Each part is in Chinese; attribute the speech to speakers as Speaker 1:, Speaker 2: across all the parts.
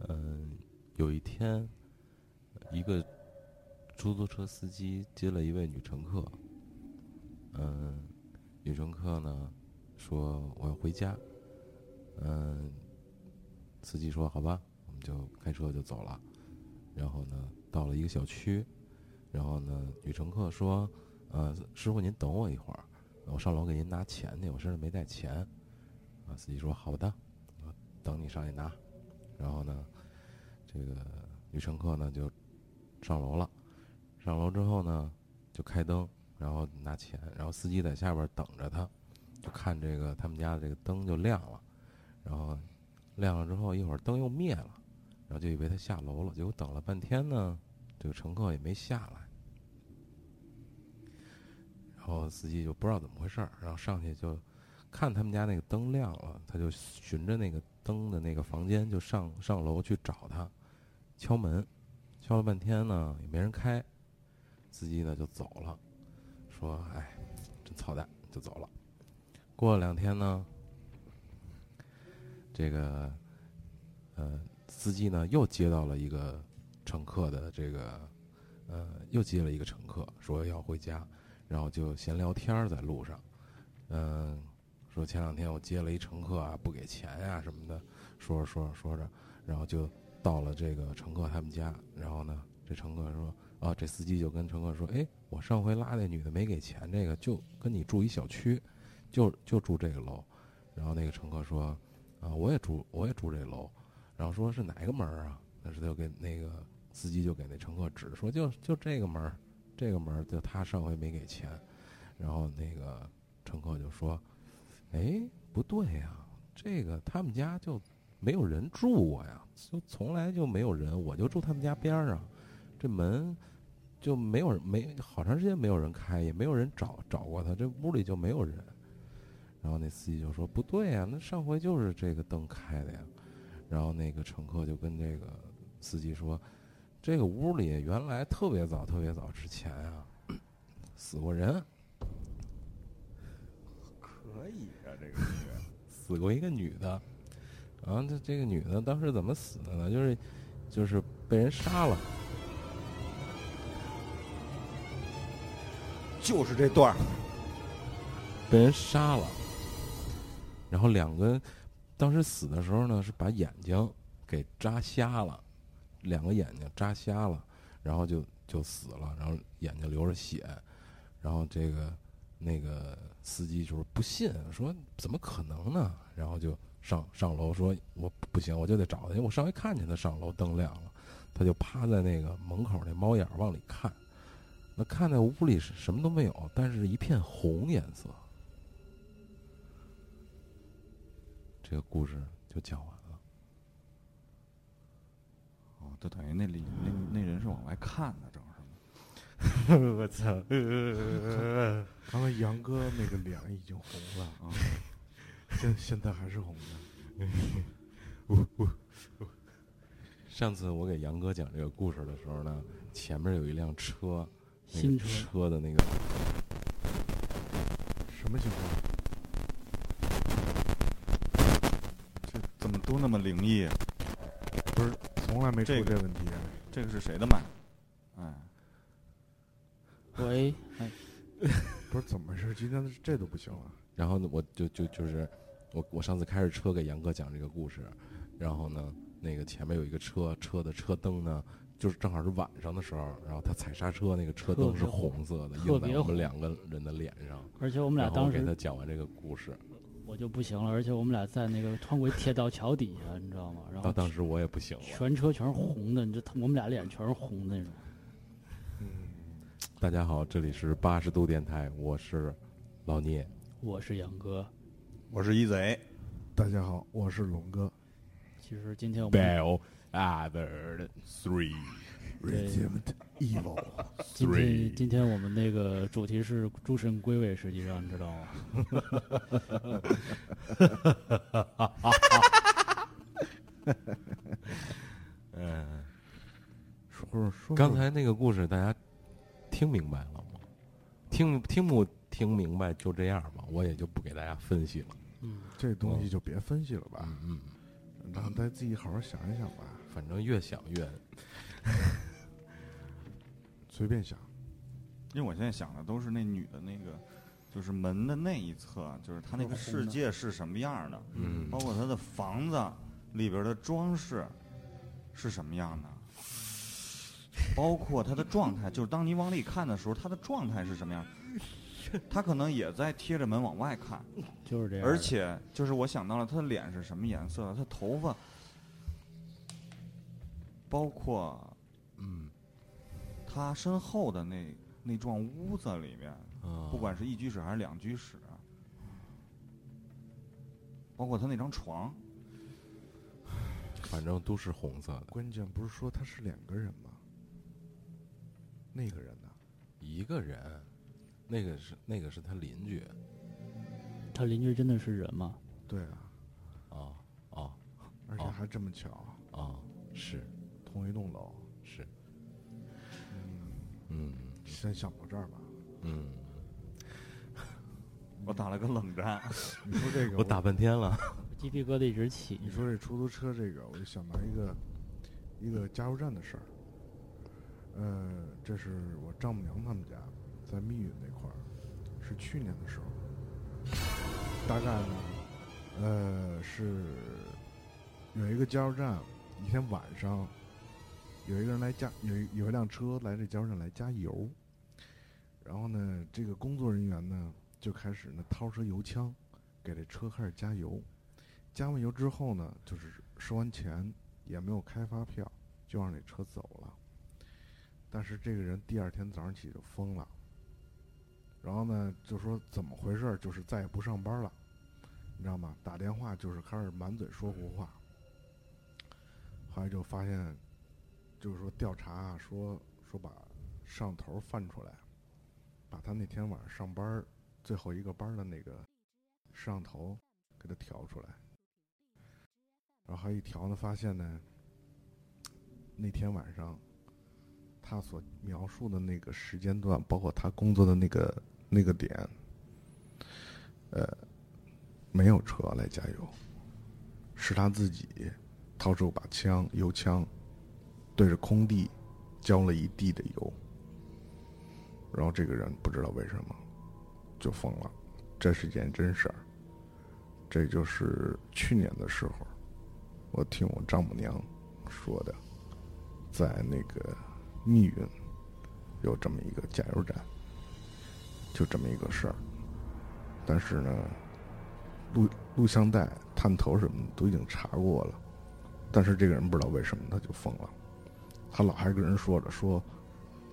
Speaker 1: 呃天，呃一个出租车司机接了一位女乘客，嗯，女乘客呢说我要回家，嗯，司机说好吧，我们就开车就走了。然后呢，到了一个小区，然后呢，女乘客说：“呃，师傅您等我一会儿，呃我上楼给您拿钱去，我身上没带钱。”啊，司机说：“好的，我等你上去拿。”然后呢，这个女乘客呢就上楼了，上楼之后呢就开灯，然后拿钱，然后司机在下边等着她，就看这个他们家的这个灯就亮了，然后亮了之后一会儿灯又灭了。然后就以为他下楼了，结果等了半天呢，这个乘客也没下来。然后司机就不知道怎么回事儿，然后上去就看他们家那个灯亮了，他就循着那个灯的那个房间就上上楼去找他，敲门，敲了半天呢也没人开，司机呢就走了，说：“哎，真操蛋！”就走了。过了两天呢，这个呃司机呢又接到了一个乘客的这个，呃，又接了一个乘客说要回家，然后就闲聊天儿在路上，嗯、说前两天我接了一乘客啊，不给钱呀、什么的，说着说着说着，然后就到了这个乘客他们家，然后呢，这乘客说啊，这司机就跟乘客说，哎，我上回拉那女的没给钱，这个就跟你住一小区，就就住这个楼，然后那个乘客说，啊，我也住我也住这楼。然后说是哪个门儿啊？那是就给那个司机就给那乘客指说就就这个门儿，这个门儿就他上回没给钱，然后那个乘客就说，哎，不对呀、这个他们家就没有人住我呀，就从来就没有人，我就住他们家边儿上，这门就没有人没好长时间没有人开，也没有人找找过他，这屋里就没有人。然后那司机就说不对呀、那上回就是这个灯开的呀。然后那个乘客就跟这个司机说：“这个屋里原来特别早、特别早之前啊，死过人，
Speaker 2: 可以啊，这个音乐。
Speaker 1: 死过一个女的。然后这这个女的当时怎么死的呢？就是就是被人杀了。
Speaker 2: 就是这段儿，
Speaker 1: 被人杀了。然后两个当时死的时候呢，是把眼睛给扎瞎了，两个眼睛扎瞎了，然后就就死了，然后眼睛流着血，然后这个那个司机就是不信，说怎么可能呢？然后就上上楼说我不行，我就得找他，因为我上回看见他上楼灯亮了，他就趴在那个门口那猫眼儿往里看。那看在屋里是什么都没有，但是一片红颜色。这个故事就讲完了。
Speaker 3: 哦，就等于那里那那人是往外看的，正是吗？
Speaker 4: 我操！呃刚才杨哥那个脸已经红了
Speaker 3: 啊，
Speaker 4: 现现在还是红的。
Speaker 1: 上次我给杨哥讲这个故事的时候呢，前面有一辆车，那
Speaker 5: 新
Speaker 1: 个
Speaker 5: 车
Speaker 1: 车的那个
Speaker 4: 什么情况？
Speaker 3: 这怎么都那么灵异？啊
Speaker 4: 不是从来没出
Speaker 3: 这
Speaker 4: 这
Speaker 3: 个
Speaker 4: 问题啊。
Speaker 3: 这个是谁的麦？哎，
Speaker 5: 喂，哎，
Speaker 4: 不是怎么回事？今天这都不行啊！
Speaker 1: 然后呢，我就就就是我我上次开着车给杨哥讲这个故事，然后呢，那个前面有一个车，车的车灯呢，就是正好是晚上的时候，然后他踩刹车，那个车灯是
Speaker 5: 特别红
Speaker 1: 红色的，
Speaker 5: 特
Speaker 1: 映在
Speaker 5: 别
Speaker 1: 我们
Speaker 5: 红
Speaker 1: 两个人的脸上。
Speaker 5: 而且我们俩
Speaker 1: 然后
Speaker 5: 当
Speaker 1: 给他
Speaker 5: 时
Speaker 1: 讲完这个故事，
Speaker 5: 我就不行了，而且我们俩在那个穿过一铁道桥底下，你知道吗？然
Speaker 1: 到
Speaker 5: 后
Speaker 1: 啊当时我也不行了。
Speaker 5: 全车全是红的，你知道，我们俩脸全是红的那种。
Speaker 1: 大家好，这里是八十度电台，我是老聂。
Speaker 5: 我是杨哥，
Speaker 3: 我是一贼。
Speaker 4: 大家好，我是龙哥。
Speaker 5: 其实今天我们
Speaker 1: Bell other three，
Speaker 5: 对
Speaker 4: Resident Evil，
Speaker 5: 今天今天我们那个主题是诸神归位，实际上你知道吗？
Speaker 1: 嗯，
Speaker 4: 说说说
Speaker 1: 刚才那个故事大家听明白了吗？听听不听明白就这样吧，我也就不给大家分析了。
Speaker 5: 嗯，
Speaker 4: 这东西就别分析了吧，
Speaker 1: 嗯，
Speaker 4: 让他自己好好想一想吧。
Speaker 1: 反正越想越
Speaker 4: 随便想，
Speaker 3: 因为我现在想的都是那女的那个，就是门的那一侧，就是她那个世界是什么样的，
Speaker 1: 嗯
Speaker 3: 包括她的房子里边的装饰是什么样的，包括她的状态，就是当你往里看的时候，她的状态是什么样。她可能也在贴着门往外看，
Speaker 5: 就是这样的。
Speaker 3: 而且就是我想到了她的脸是什么颜色的，她头发，包括
Speaker 1: 嗯
Speaker 3: 她身后的那那幢屋子里面，
Speaker 5: 哦
Speaker 1: 啊，
Speaker 3: 不管是一居室还是两居室，啊包括他那张床，
Speaker 1: 反正都是红色的，
Speaker 4: 关键不是说他是两个人吗？那个人呢？
Speaker 1: 一个人，那个是那个是他邻居
Speaker 5: 他邻居真的是人吗？
Speaker 4: 对啊，
Speaker 1: 啊啊
Speaker 4: 而且
Speaker 1: 哦
Speaker 4: 还这么巧，
Speaker 1: 啊，是
Speaker 4: 同一栋楼。
Speaker 1: 是，
Speaker 4: 嗯，
Speaker 1: 嗯
Speaker 4: 先想到这儿吧。
Speaker 1: 嗯，
Speaker 3: 我打了个冷战。
Speaker 4: 你说这个，
Speaker 1: 我打半天了，
Speaker 5: 鸡皮疙瘩一直起。
Speaker 4: 你说这出租车这个，我就想到一个一个加油站的事儿。呃，这是我丈母娘他们家在密云那块儿，是去年的时候，大概呢，呃，是有一个加油站，一天晚上有一个人来加有一有一辆车来这加油站来加油，然后呢，这个工作人员呢就开始呢掏出油枪给这车开始加油。加完油之后呢，就是收完钱也没有开发票，就让这车走了。但是这个人第二天早上起就疯了，然后呢就说怎么回事儿，就是再也不上班了，你知道吗？打电话就是开始满嘴说胡话。后来就发现，就是说调查啊，说说把摄像头翻出来，把他那天晚上上班儿最后一个班儿的那个摄像头给它调出来。然后还一调呢，发现呢，那天晚上他所描述的那个时间段，包括他工作的那个那个点，呃，没有车来加油，是他自己掏出把枪油枪，对着空地浇了一地的油。然后这个人不知道为什么就疯了，这是件真事儿。这就是去年的时候，我听我丈母娘说的，在那个密云有这么一个加油站，就这么一个事儿。但是呢，录录像带、探头什么的都已经查过了，但是这个人不知道为什么他就疯了，他老还跟人说着说，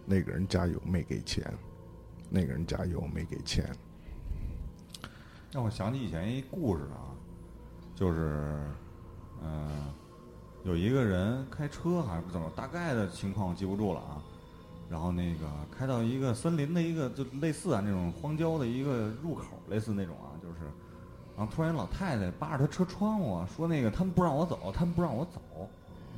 Speaker 4: 那个人加油没给钱，那个人加油没给钱，
Speaker 3: 让我想起以前一故事啊，就是，嗯、有一个人开车还是不怎么，大概的情况我记不住了啊。然后那个开到一个森林的一个，就类似啊那种荒郊的一个入口，类似那种啊，就是，然后突然老太太扒着他车窗户啊说那个他们不让我走，他们不让我走。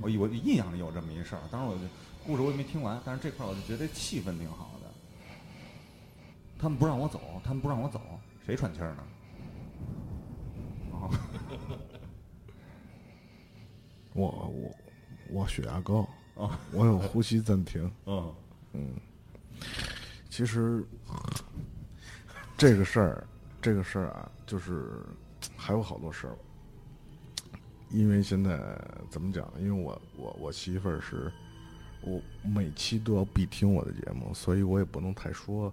Speaker 3: 我以我印象里有这么一事儿，当时我就故事我也没听完，但是这块儿我就觉得气氛挺好的。他们不让我走，他们不让我走，谁喘气儿呢？哦，
Speaker 4: 我我我血压高，
Speaker 3: 哦
Speaker 4: 我有呼吸暂停。
Speaker 3: 嗯，
Speaker 4: 其实这个事儿，这个事儿啊，就是还有好多事儿。因为现在怎么讲呢？因为我我我媳妇儿是，我每期都要必听我的节目，所以我也不能太说，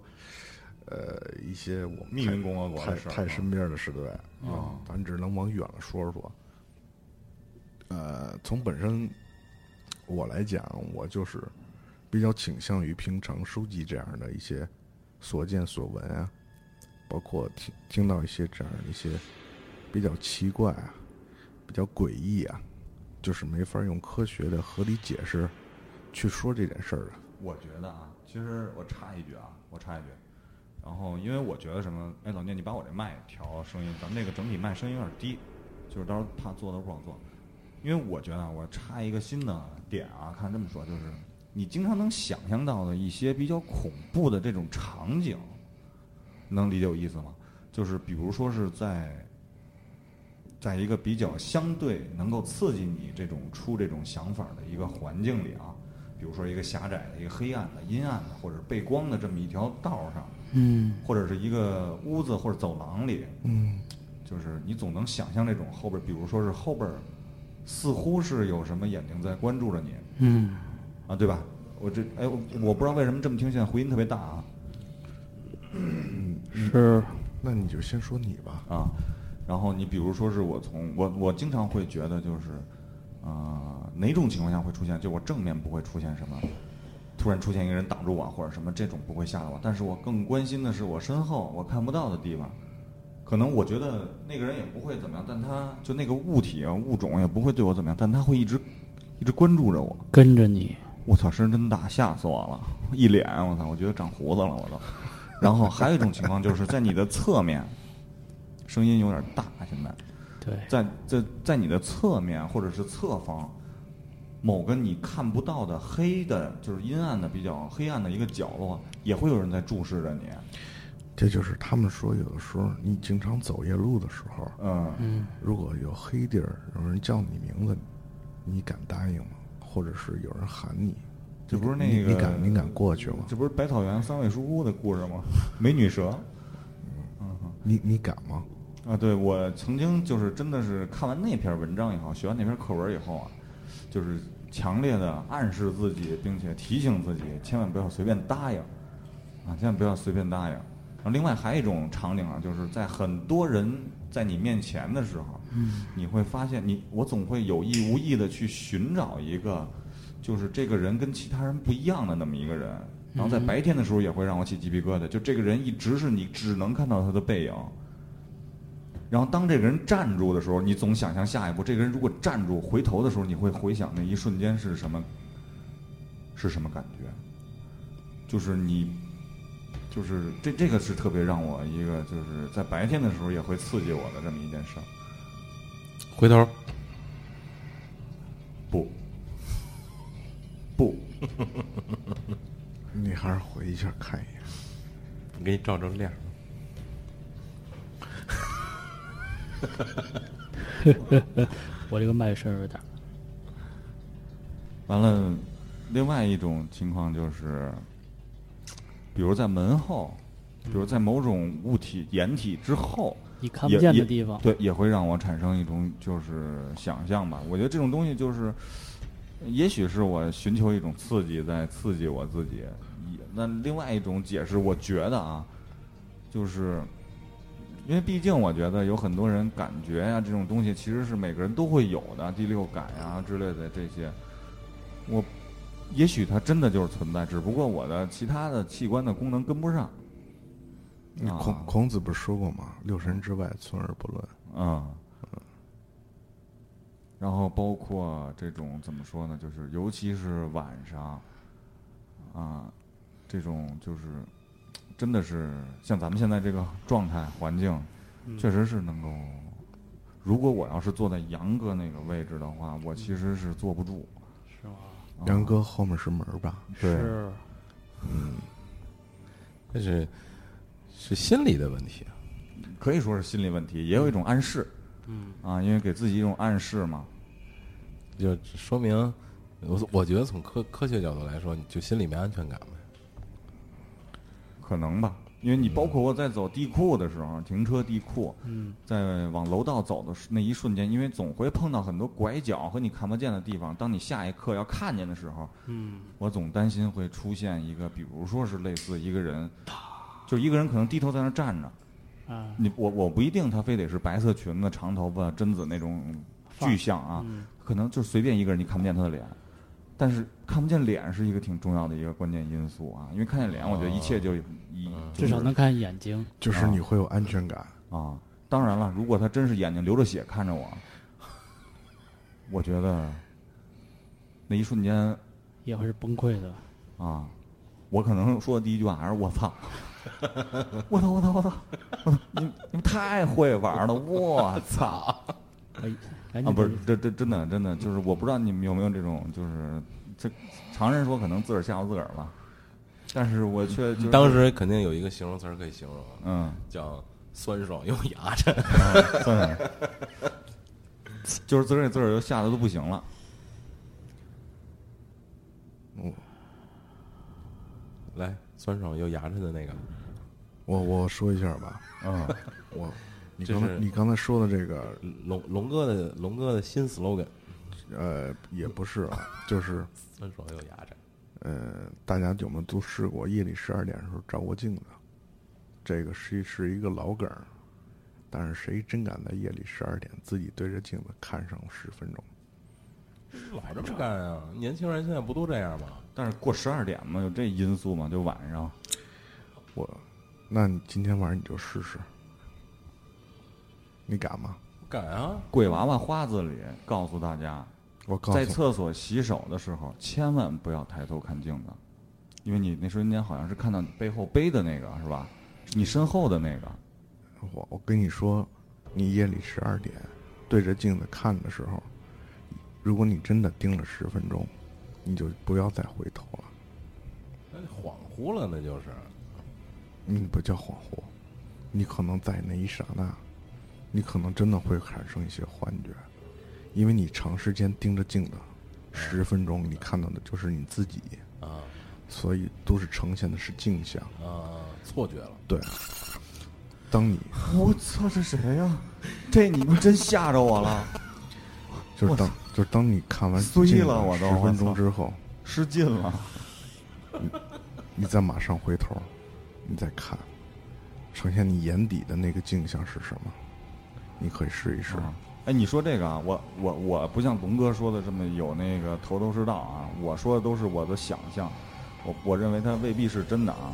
Speaker 4: 呃，一些我们
Speaker 3: 密
Speaker 4: 太
Speaker 3: 云共和国
Speaker 4: 太
Speaker 3: 的事儿
Speaker 4: 太
Speaker 3: 啊
Speaker 4: 身边的事对啊
Speaker 3: 哦，
Speaker 4: 咱只能往远了说说。呃，从本身我来讲，我就是比较倾向于平常收集这样的一些所见所闻啊，包括听听到一些这样一些比较奇怪啊、比较诡异啊，就是没法用科学的合理解释去说这件事儿的。
Speaker 3: 我觉得啊，其实我插一句啊，我插一句，然后因为我觉得什么，哎，老聂，你把我这麦调声音，咱们那个整体麦声音有点低，就是到时候怕做的不好做。因为我觉得啊，我插一个新的点啊，看这么说就是，你经常能想象到的一些比较恐怖的这种场景，能理解我意思吗？就是比如说是在在一个比较相对能够刺激你这种出这种想法的一个环境里啊，比如说一个狭窄的、一个黑暗的、阴暗的，或者是背光的这么一条道上，
Speaker 5: 嗯
Speaker 3: 或者是一个屋子或者走廊里，
Speaker 4: 嗯
Speaker 3: 就是你总能想象这种后边，比如说是后边，似乎是有什么眼睛在关注着你
Speaker 5: 嗯，
Speaker 3: 啊，对吧？我这哎，我我不知道为什么这么听，现在回音特别大啊
Speaker 5: 是，
Speaker 4: 那你就先说你吧。
Speaker 3: 啊。然后你比如说是我从我我经常会觉得就是，啊、哪种情况下会出现？就我正面不会出现什么，突然出现一个人挡住我或者什么这种不会吓到我，但是我更关心的是我身后我看不到的地方。可能我觉得那个人也不会怎么样，但他就那个物体啊物种也不会对我怎么样，但他会一直一直关注着我。
Speaker 5: 跟着你，
Speaker 3: 我操，声真大，吓死我了！一脸，我操，我觉得长胡子了，我都。然后还有一种情况就是在你的侧面，声音有点大，现在
Speaker 5: 对，
Speaker 3: 在在在你的侧面或者是侧方，某个你看不到的黑的，就是阴暗的比较黑暗的一个角落，也会有人在注视着你。
Speaker 4: 这就是他们说，有的时候你经常走夜路的时候，
Speaker 3: 嗯
Speaker 5: 嗯
Speaker 4: 如果有黑地儿，有人叫你名字，你敢答应吗？或者是有人喊你，
Speaker 3: 这不是
Speaker 4: 你
Speaker 3: 那个
Speaker 4: 你敢你敢过去吗？
Speaker 3: 这不是百草园三味书屋的故事吗？美女蛇。嗯哼。
Speaker 4: 你你敢吗？
Speaker 3: 啊，对我曾经就是真的是看完那篇文章以后，学完那篇课文以后啊，就是强烈的暗示自己，并且提醒自己，千万不要随便答应，啊，千万不要随便答应。然后另外还有一种场景啊，就是在很多人在你面前的时候，
Speaker 5: 嗯
Speaker 3: 你会发现你我总会有意无意的去寻找一个，就是这个人跟其他人不一样的那么一个人。然后在白天的时候也会让我起鸡皮疙瘩，就这个人一直是你只能看到他的背影，然后当这个人站住的时候，你总想象下一步，这个人如果站住回头的时候，你会回想那一瞬间是什么，是什么感觉？就是你，就是这这个是特别让我一个就是在白天的时候也会刺激我的这么一件事儿。
Speaker 1: 回头，
Speaker 3: 不，不，
Speaker 4: 你还是回一下看一眼。
Speaker 1: 我给你照照亮。
Speaker 5: 我这个麦声有点儿，
Speaker 3: 完了，另外一种情况就是，比如在门后，比如在某种物体掩体之后，
Speaker 5: 你看不
Speaker 3: 也
Speaker 5: 见
Speaker 3: 也
Speaker 5: 的地方，
Speaker 3: 对，也会让我产生一种就是想象吧。我觉得这种东西就是，也许是我寻求一种刺激，在刺激我自己。也那另外一种解释，我觉得啊，就是因为毕竟我觉得有很多人感觉呀、这种东西其实是每个人都会有的，第六感呀、之类的这些，我。也许它真的就是存在，只不过我的其他的器官的功能跟不上。啊
Speaker 4: 孔孔子不是说过吗？六神之外，存而不论。
Speaker 3: 啊，然后包括这种怎么说呢，就是尤其是晚上，啊，这种就是真的是像咱们现在这个状态环境，确实是能够。如果我要是坐在杨哥那个位置的话，我其实是坐不住。
Speaker 5: 是吗？
Speaker 3: 啊
Speaker 4: 杨，哥后面是门儿吧？
Speaker 3: 对
Speaker 5: 是，
Speaker 1: 但是是心理的问题啊，
Speaker 3: 可以说是心理问题，也有一种暗示
Speaker 5: 嗯，
Speaker 3: 啊，因为给自己一种暗示嘛。
Speaker 1: 就说明我我觉得从科科学角度来说，你就心里没安全感呗。
Speaker 3: 可能吧，因为你包括我在走地库的时候，停车地库，
Speaker 5: 嗯，
Speaker 3: 在往楼道走的时那一瞬间，因为总会碰到很多拐角和你看不见的地方。当你下一刻要看见的时候，
Speaker 5: 嗯，
Speaker 3: 我总担心会出现一个，比如说是类似一个人，就一个人可能低头在那儿站着，
Speaker 5: 啊，
Speaker 3: 你我我不一定他非得是白色裙子、长头发、贞子那种具象啊，
Speaker 5: 嗯
Speaker 3: 可能就随便一个人你看不见他的脸，但是看不见脸是一个挺重要的一个关键因素啊，因为看见脸，我觉得一切就一
Speaker 5: 至少能看眼睛，
Speaker 4: 就是你会有安全感。
Speaker 3: 啊，当然了，如果他真是眼睛流着血看着我，我觉得那一瞬间
Speaker 5: 也会是崩溃的，
Speaker 3: 啊，我可能说的第一句话还是我操，我操我操我操，我操你们你们太会玩了，我操！
Speaker 5: 哎，赶
Speaker 3: 啊，
Speaker 5: 紧
Speaker 3: 不是，这这真的真的就是我不知道你们有没有这种，就是这常人说可能自个儿吓唬自个儿吧，但是我却就是
Speaker 1: 当时肯定有一个形容词儿可以形容啊，
Speaker 3: 嗯，
Speaker 1: 叫酸爽又牙碜。
Speaker 3: 算了，就是自个儿给自个儿就吓得都不行了。
Speaker 1: 来，酸爽又牙碜的那个，
Speaker 4: 我我说一下吧，
Speaker 3: 嗯，
Speaker 4: 我你
Speaker 1: 这
Speaker 4: 刚才
Speaker 1: 是
Speaker 4: 你刚才说的这个，
Speaker 1: 龙龙哥的龙哥的新 slogan，
Speaker 4: 呃，也不是啊，就是
Speaker 1: 酸爽又牙碜。
Speaker 4: 呃，大家有没有都试过夜里十二点的时候照过镜子？这个是一是一个老梗儿，但是谁真敢在夜里十二点自己对着镜子看上十分钟？
Speaker 1: 老这么干啊！年轻人现在不都这样吗？
Speaker 3: 但是过十二点嘛，有这因素嘛，就晚上。
Speaker 4: 我，那你今天晚上你就试试，你敢吗？
Speaker 1: 敢啊！
Speaker 3: 鬼娃娃花子里告诉大家，
Speaker 4: 我告诉
Speaker 3: 在
Speaker 4: 你，
Speaker 3: 厕所洗手的时候，千万不要抬头看镜子，因为你那瞬间好像是看到你背后背的那个是吧？你身后的那个，
Speaker 4: 我我跟你说，你夜里十二点对着镜子看的时候，如果你真的盯了十分钟，你就不要再回头了，
Speaker 1: 那就恍惚了，那就是。
Speaker 4: 你不叫恍惚，你可能在那一刹那，你可能真的会产生一些幻觉，因为你长时间盯着镜子，十分钟你看到的就是你自己，
Speaker 1: 啊
Speaker 4: 所以都是呈现的是镜像。
Speaker 1: 啊，错觉了。
Speaker 4: 对，当你
Speaker 3: 我操，这谁呀、这你们真吓着我了，
Speaker 4: 就是
Speaker 3: 我
Speaker 4: 当就是当你看完
Speaker 3: 碎
Speaker 4: 镜子
Speaker 3: 了我都
Speaker 4: 十
Speaker 3: 我
Speaker 4: 分
Speaker 3: 操
Speaker 4: 钟之后，
Speaker 3: 失禁了。
Speaker 4: 你再马上回头，你再看，呈现你眼底的那个镜像是什么？你可以试一试。
Speaker 3: 啊哎，你说这个啊，我我我不像龙哥说的这么有那个头头是道啊，我说的都是我的想象，我我认为它未必是真的啊。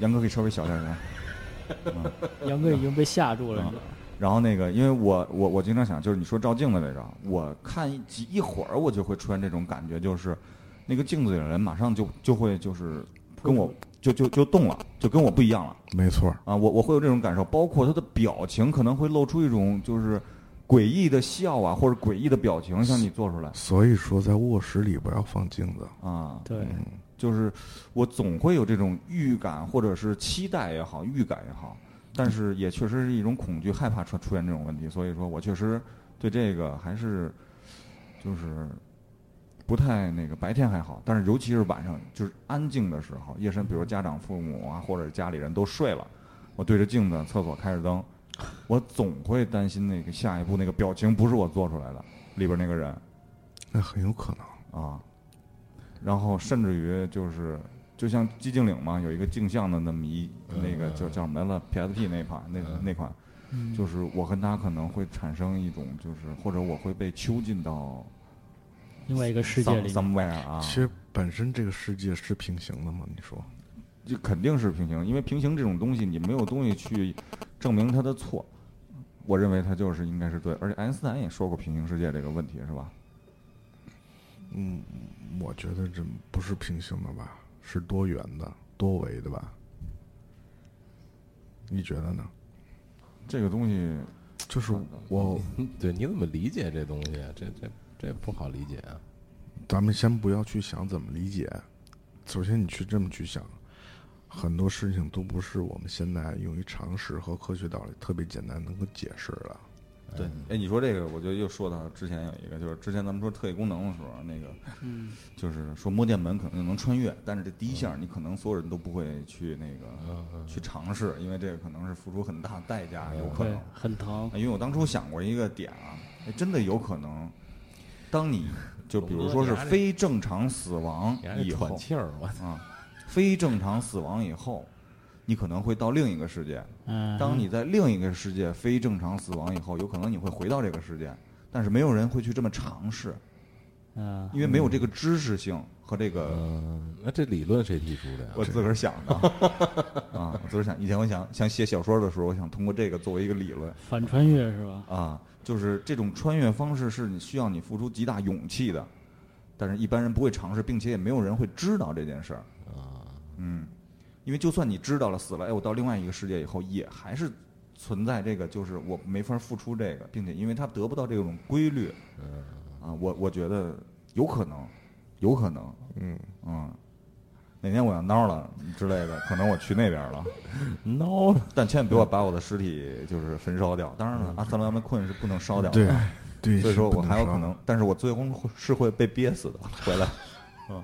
Speaker 3: 杨哥可以稍微小点声。
Speaker 5: 杨哥已经被吓住了，
Speaker 3: 啊
Speaker 5: 你知道吗？
Speaker 3: 然后那个，因为我我我经常想，就是你说照镜子这个，我看一几一会儿，我就会出现这种感觉，就是那个镜子里的人马上就就会就是跟我就就就动了，就跟我不一样了
Speaker 4: 没错儿，
Speaker 3: 啊！我我会有这种感受，包括他的表情可能会露出一种就是诡异的笑啊，或者诡异的表情向你做出来
Speaker 4: 所以说在卧室里不要放镜子。嗯
Speaker 3: 啊，
Speaker 5: 对，
Speaker 3: 就是我总会有这种预感或者是期待也好，预感也好，但是也确实是一种恐惧、害怕出出现这种问题，所以说我确实对这个还是就是不太那个白天还好，但是尤其是晚上就是安静的时候，夜深，比如家长、父母啊或者家里人都睡了，我对着镜子、厕所开着灯，我总会担心那个下一步那个表情不是我做出来的，里边那个人。
Speaker 4: 那很有可能，
Speaker 3: 啊，然后甚至于就是，就像寂静岭嘛，有一个镜像的那么一那个
Speaker 5: 嗯
Speaker 3: 叫叫什么来了，PSP 那款那那款，嗯就是我跟他可能会产生一种就是，或者我会被囚禁到
Speaker 5: 另外一个世界
Speaker 3: some-
Speaker 5: 里面，
Speaker 3: somewhere 啊
Speaker 4: 其，实本身这个世界是平行的嘛，你说
Speaker 3: 这肯定是平行，因为平行这种东西你没有东西去证明他的错，我认为他就是应该是对，而且爱因斯坦也说过平行世界这个问题是吧？
Speaker 4: 嗯我觉得这不是平行的吧，是多元的、多维的吧？你觉得呢？
Speaker 3: 这个东西
Speaker 4: 就是
Speaker 3: 嗯
Speaker 4: 我，
Speaker 1: 嗯对，你怎么理解这东西啊？这这这不好理解啊！
Speaker 3: 嗯
Speaker 4: 咱们先不要去想怎么理解，首先你去这么去想，很多事情都不是我们现在用于常识和科学道理特别简单能够解释的。
Speaker 3: 对，哎，你说这个，我就又说到之前有一个，就是之前咱们说特异功能的时候，那个，就是说摸电门可能能穿越，但是这第一下你可能所有人都不会去那个去尝试，因为这个可能是付出很大的代价，有可
Speaker 5: 对
Speaker 3: 能。，
Speaker 5: 很疼
Speaker 3: 哎。因为我当初想过一个点啊，哎真的有可能，当你就比如说是非正常死亡
Speaker 1: 你还
Speaker 3: 以
Speaker 1: 得
Speaker 3: 后
Speaker 1: 喘，气儿，我
Speaker 3: 啊，非正常死亡以后，你可能会到另一个世界，
Speaker 5: 嗯，
Speaker 3: 当你在另一个世界非正常死亡以后，有可能你会回到这个世界，但是没有人会去这么尝试，
Speaker 5: 嗯，
Speaker 3: 因为没有这个知识性和这个。
Speaker 1: 嗯，那这理论谁提出的呀？
Speaker 3: 我自个儿想的 啊，我自个儿想。以前我想想写小说的时候，我想通过这个作为一个理论
Speaker 5: 反穿越是吧？
Speaker 3: 啊，就是这种穿越方式是你需要你付出极大勇气的，但是一般人不会尝试，并且也没有人会知道这件事儿。
Speaker 1: 啊，
Speaker 3: 嗯，因为就算你知道了死了，哎，我到另外一个世界以后，也还是存在这个，就是我没法付出这个，并且因为它得不到这种规律，啊，我我觉得有可能，有可能，
Speaker 4: 嗯
Speaker 3: 嗯，哪天我要孬了之类的，可能我去那边了。
Speaker 1: 孬了，
Speaker 3: 但千万不要把我的尸体就是焚烧掉。当然
Speaker 1: 嗯
Speaker 3: 了，阿萨拉曼困是不能烧掉的，
Speaker 4: 对对，
Speaker 3: 所以
Speaker 4: 是
Speaker 3: 说
Speaker 4: 不
Speaker 3: 我
Speaker 4: 能
Speaker 3: 还有
Speaker 4: 烧
Speaker 3: 可能，但是我最终会是会被憋死的。回来，嗯，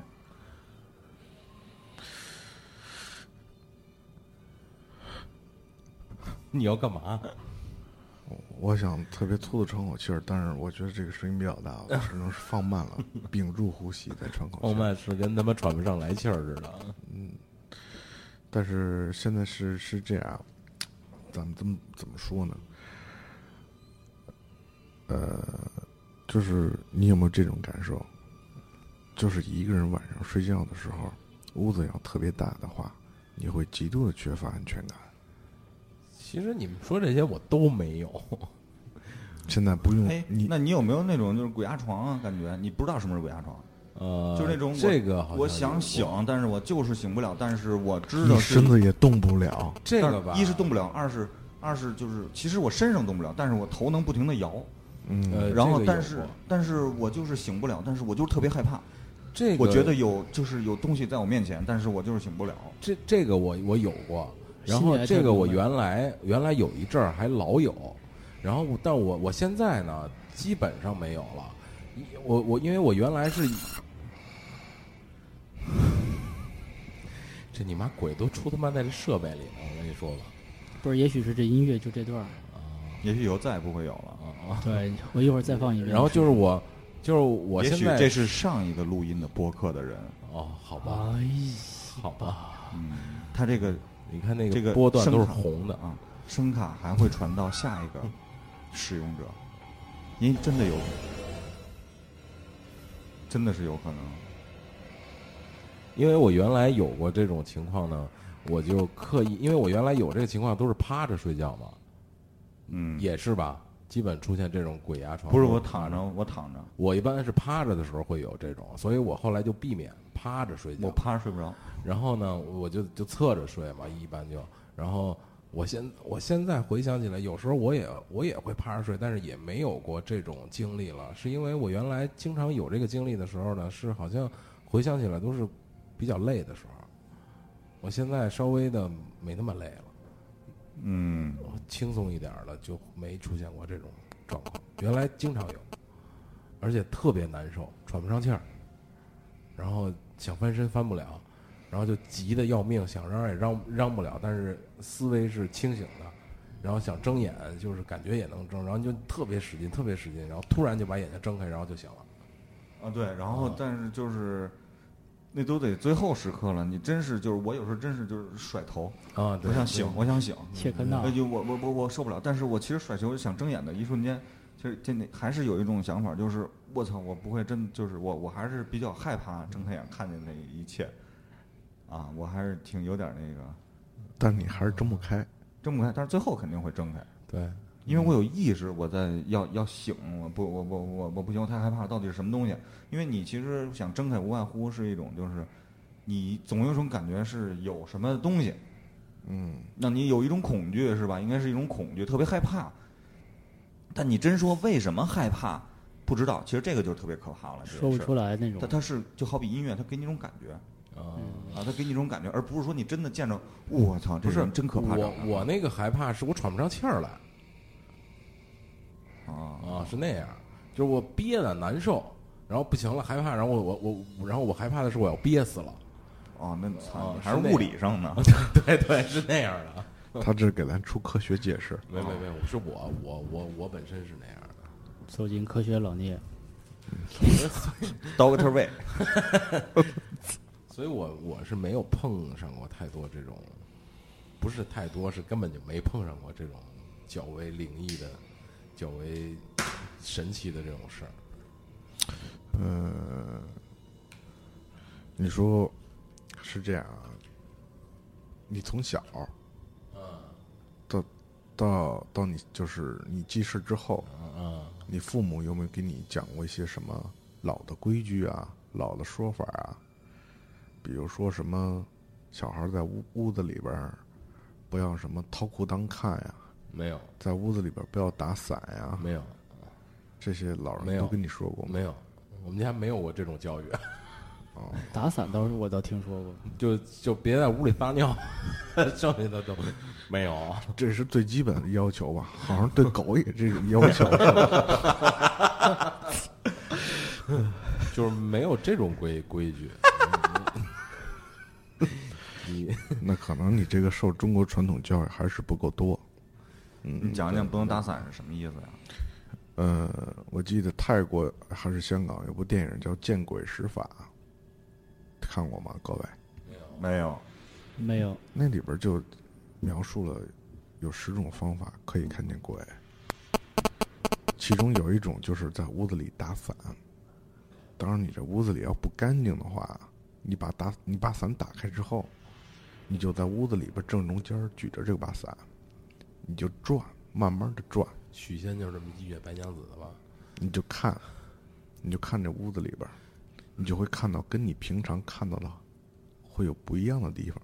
Speaker 1: 你要干嘛？
Speaker 4: 我想特别粗的喘口气儿，但是我觉得这个声音比较大，我只能是放慢了，屏住呼吸再喘口
Speaker 1: 傲
Speaker 4: 气。
Speaker 1: 慢是跟他妈喘不上来气儿似的。
Speaker 4: 但是现在是是这样，咱们怎么怎么说呢？呃，就是你有没有这种感受？就是一个人晚上睡觉的时候，屋子要特别大的话，你会极度的缺乏安全感。
Speaker 1: 其实你们说这些我都没有，
Speaker 4: 现在不用
Speaker 1: 嗯
Speaker 3: 哎，
Speaker 4: 你，
Speaker 3: 那你有没有那种就是鬼压床啊？感觉你不知道什么是鬼压床，啊
Speaker 1: 呃，
Speaker 3: 就是那种我
Speaker 1: 这个好像
Speaker 3: 我想
Speaker 1: 有
Speaker 3: 醒，但是我就是醒不了，但是我知道
Speaker 4: 你
Speaker 3: 是
Speaker 4: 身子也动不了。
Speaker 1: 这
Speaker 3: 但
Speaker 1: 个
Speaker 3: 是
Speaker 1: 吧，
Speaker 3: 一是动不了，二是二是就是其实我身上动不了，但是我头能不停的摇，
Speaker 4: 嗯，
Speaker 1: 呃，
Speaker 3: 然
Speaker 1: 这
Speaker 3: 后
Speaker 1: 个
Speaker 3: 但
Speaker 1: 有
Speaker 3: 是
Speaker 1: 过
Speaker 3: 但是我就是醒不了，但是我就是特别害怕，
Speaker 1: 这个
Speaker 3: 我觉得有就是有东西在我面前，但是我就是醒不了。
Speaker 1: 这这个我我有过，然
Speaker 5: 心
Speaker 1: 后
Speaker 5: 理还
Speaker 1: 这
Speaker 5: 挺
Speaker 1: 个
Speaker 5: 多
Speaker 1: 我
Speaker 5: 的
Speaker 1: 原来原来有一阵儿还老有，然后我但我我现在呢基本上没有了，一我我因为我原来是，这你妈鬼都出他妈在这设备里了，啊我跟你说吧，
Speaker 5: 不是，也许是这音乐就这段儿。
Speaker 3: 也许以后再也不会有了啊！
Speaker 5: 对，我一会儿再放一遍。
Speaker 1: 然后就是我就是我
Speaker 3: 也
Speaker 1: 现
Speaker 3: 许
Speaker 1: 在
Speaker 3: 这是上一个录音的播客的人，
Speaker 1: 哦好吧
Speaker 5: 哎，
Speaker 1: 好吧，
Speaker 3: 嗯，他这个
Speaker 1: 你看那
Speaker 3: 这
Speaker 1: 个
Speaker 3: 个
Speaker 1: 波段都是
Speaker 3: 声卡
Speaker 1: 红的，
Speaker 3: 啊，声卡还会传到下一个使用 者，因为真的有，真的是有可能。
Speaker 1: 因为我原来有过这种情况呢，我就刻意，因为我原来有这个情况都是趴着睡觉嘛。
Speaker 3: 嗯，
Speaker 1: 也是吧，基本出现这种鬼压床。
Speaker 3: 不是我躺着，，我躺着，
Speaker 1: 我一般是趴着的时候会有这种，所以我后来就避免趴着睡
Speaker 3: 我
Speaker 1: 觉。
Speaker 3: 趴着睡不着。
Speaker 1: 然后呢，我就就侧着睡嘛，一般就。然后我现我现在回想起来，有时候我也我也会趴着睡，但是也没有过这种经历了，是因为我原来经常有这个经历的时候呢，是好像回想起来都是比较累的时候。我现在稍微的没那么累了。
Speaker 3: 嗯，
Speaker 1: 我轻松一点儿的就没出现过这种状况。原来经常有，而且特别难受，喘不上气儿，然后想翻身翻不了，然后就急得要命，想嚷也嚷嚷不了，但是思维是清醒的，然后想睁眼就是感觉也能睁，然后就特别使劲，特别使劲，然后突然就把眼睛睁开，然后就醒了。
Speaker 3: 啊对，然后但是就是。那都得最后时刻了，你真是就是我有时候真是就是甩头，
Speaker 1: 啊，对
Speaker 3: 我想醒，，我想醒，
Speaker 5: 切克闹
Speaker 3: 哎，就我我我我受不了，但是我其实甩球想睁眼的一瞬间，其实真的还是有一种想法，就是我操，我不会真就是我我还是比较害怕睁开眼看见那一切，啊，我还是挺有点那个
Speaker 4: 但你还是睁不开。
Speaker 3: 睁不开，但是最后肯定会睁开，
Speaker 1: 对，
Speaker 3: 因为我有意识，我在要要醒，我不我我我我不行，我太害怕，到底是什么东西？因为你其实想睁开，无外乎是一种就是你总有一种感觉是有什么东西，
Speaker 4: 嗯，
Speaker 3: 让你有一种恐惧是吧？应该是一种恐惧，特别害怕。但你真说为什么害怕，不知道。其实这个就特别可怕了，
Speaker 5: 说不出
Speaker 3: 来。
Speaker 5: 来那种
Speaker 3: 它。它是就好比音乐，它给你一种感觉
Speaker 1: 啊。
Speaker 3: 啊，它给你一种感觉，而不是说你真的见着我操，这
Speaker 1: 不是
Speaker 3: 人真可怕。
Speaker 1: 我我那个害怕是我喘不上气儿来
Speaker 3: 我啊，
Speaker 1: 啊，是那样，就是我憋的难受，然后不行了，害怕，然后我我我，然后我害怕的是我要憋死了，
Speaker 3: 哦，那操，
Speaker 1: 啊
Speaker 3: 你还是
Speaker 1: 是那
Speaker 3: 物理上的。
Speaker 1: 对 对，是那样的。
Speaker 4: 他这是给咱出科学解释。
Speaker 1: 没没没，是我我我我本身是那样的。
Speaker 5: 走进科学冷冽，
Speaker 3: Doctor Way，
Speaker 1: 所以我我是没有碰上过太多这种，不是太多，是根本就没碰上过这种较为灵异的、较为神奇的这种事儿。
Speaker 4: 呃，你说是这样啊？你从小，嗯，到到到你就是你记事之后，
Speaker 1: 嗯
Speaker 4: 你父母有没有给你讲过一些什么老的规矩啊、老的说法啊？比如说什么小孩在屋屋子里边儿不要什么掏裤裆看呀、
Speaker 1: 没有
Speaker 4: 在屋子里边儿不要打伞呀、
Speaker 1: 没有
Speaker 4: 这些老
Speaker 1: 没
Speaker 4: 人
Speaker 1: 有
Speaker 4: 都跟你说过吗？
Speaker 1: 没有，我们家没有过这种教育。
Speaker 4: 哦，
Speaker 5: 打伞倒是我倒听说过，
Speaker 1: 就就别在屋里撒尿，剩下的都 没有。
Speaker 4: 这是最基本的要求吧？好像对狗也这种要求。
Speaker 1: 就是没有这种规规矩。 你
Speaker 4: 那可能你这个受中国传统教育还是不够多。
Speaker 3: 你讲讲不能打伞是什么意思呀？
Speaker 4: 呃，我记得泰国还是香港有部电影叫《见鬼使法》，看过吗？各位，
Speaker 3: 没有，
Speaker 5: 没有
Speaker 4: 那里边就描述了有十种方法可以看见鬼，其中有一种就是在屋子里打伞。当然，你这屋子里要不干净的话，你把打你把伞打开之后，你就在屋子里边正中间儿举着这把伞，你就转，慢慢的转，
Speaker 1: 许仙就是这么一月白娘子的吧？
Speaker 4: 你就看，你就看这屋子里边儿，你就会看到跟你平常看到的会有不一样的地方。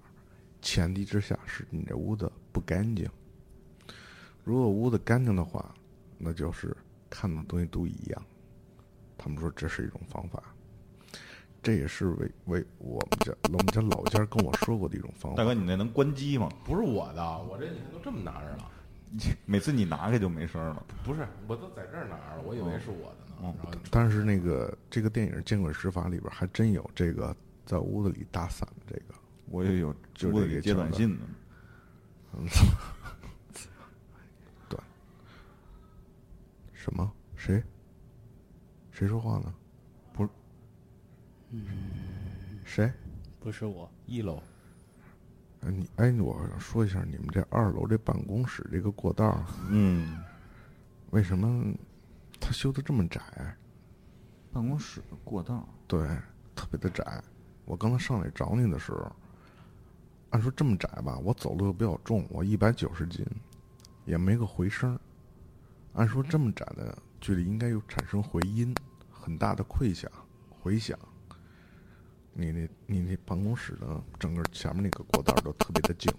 Speaker 4: 前提之下是你这屋子不干净。如果屋子干净的话，那就是看到东西都一样。他们说这是一种方法，这也是为为我们家我们家老家跟我说过的一种方
Speaker 3: 大
Speaker 4: 法。
Speaker 3: 哥，你那能关机吗？
Speaker 1: 不是我的，我这你看都这么拿着了。
Speaker 3: 每次你拿开就没声儿了。
Speaker 1: 不是，我都在这儿拿着了，我以为是我的呢。然后
Speaker 4: 但是那个这个电影《见鬼十法》里边还真有这个在屋子里打伞这个。
Speaker 3: 我也有
Speaker 4: 就是
Speaker 3: 屋子
Speaker 4: 这
Speaker 3: 里
Speaker 4: 个
Speaker 3: 接短
Speaker 4: 桥段
Speaker 3: 信呢。
Speaker 4: 什么？谁？谁说话呢？不是，谁？
Speaker 5: 不是我，
Speaker 1: 一楼
Speaker 4: 哎，你哎，我想说一下，你们这二楼这办公室这个过道儿，
Speaker 3: 嗯，
Speaker 4: 为什么它修的这么窄？啊
Speaker 3: 办公室过道，
Speaker 4: 对，特别的窄。我刚才上来找你的时候，按说这么窄吧，我走路又比较重，我一百九十斤，也没个回声儿。按说这么窄的距离应该有产生回音，很大的溃响回响。你那、你那办公室的整个前面那个过道儿都特别的静，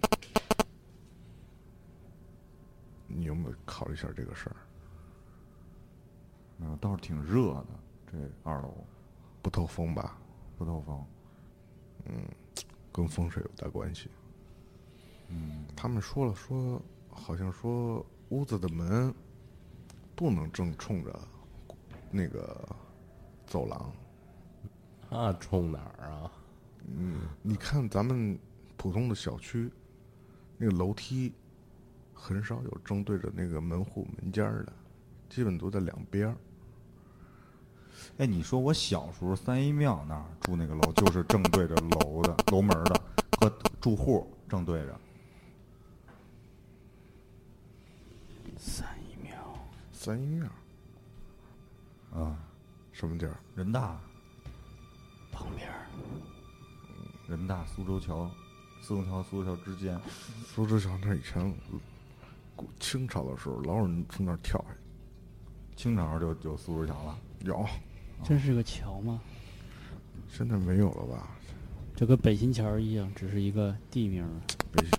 Speaker 4: 你有没有考虑一下这个事儿？
Speaker 3: 嗯，倒是挺热的。这二楼
Speaker 4: 不透风吧，
Speaker 3: 不透风，
Speaker 4: 跟风水有大关系。嗯，他们说了说，好像说屋子的门不能正冲着那个走廊。
Speaker 1: 啊，冲哪儿啊？
Speaker 4: 你看咱们普通的小区，那个楼梯很少有正对着那个门户门尖儿的，基本都在两边儿。
Speaker 3: 哎，你说我小时候三一庙那儿住那个楼，就是正对着楼的楼门儿的和住户正对着。
Speaker 4: 三一面儿
Speaker 3: 啊，
Speaker 4: 什么地儿？
Speaker 3: 人大
Speaker 5: 旁边儿
Speaker 3: 人大苏州桥、四通桥、苏州桥之间，
Speaker 4: 苏州桥那儿以前古清朝的时候，老有人从那儿跳下
Speaker 3: 清朝就有苏州桥了。啊
Speaker 4: 去，有，
Speaker 5: 真是个桥吗？
Speaker 4: 现在没有了吧？
Speaker 5: 这跟北新桥一样，只是一个地名儿。
Speaker 4: 北京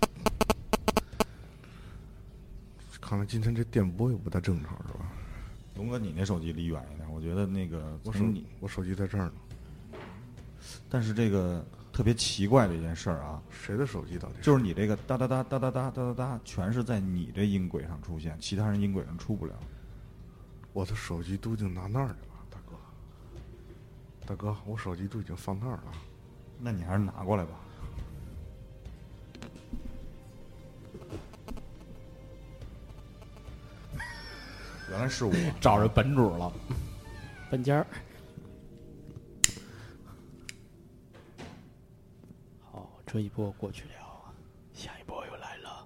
Speaker 4: 看来今天这电波也不太正常，是吧？
Speaker 3: 龙哥，你那手机离远一点，我觉得那个
Speaker 4: 我手
Speaker 3: 从你，
Speaker 4: 我手机在这儿呢，
Speaker 3: 但是这个特别奇怪的一件事儿啊，
Speaker 4: 谁的手机到底是？
Speaker 3: 就是你这个哒哒哒哒哒哒哒哒哒，全是在你这音轨上出现，其他人音轨上出不了。
Speaker 4: 我的手机都已经拿那儿去了，大哥，大哥，我手机都已经放那儿了。
Speaker 3: 那你还是拿过来吧。原来是我，
Speaker 1: 找着本主了。
Speaker 5: 搬家儿。好，这一波过去了，下一波又来了。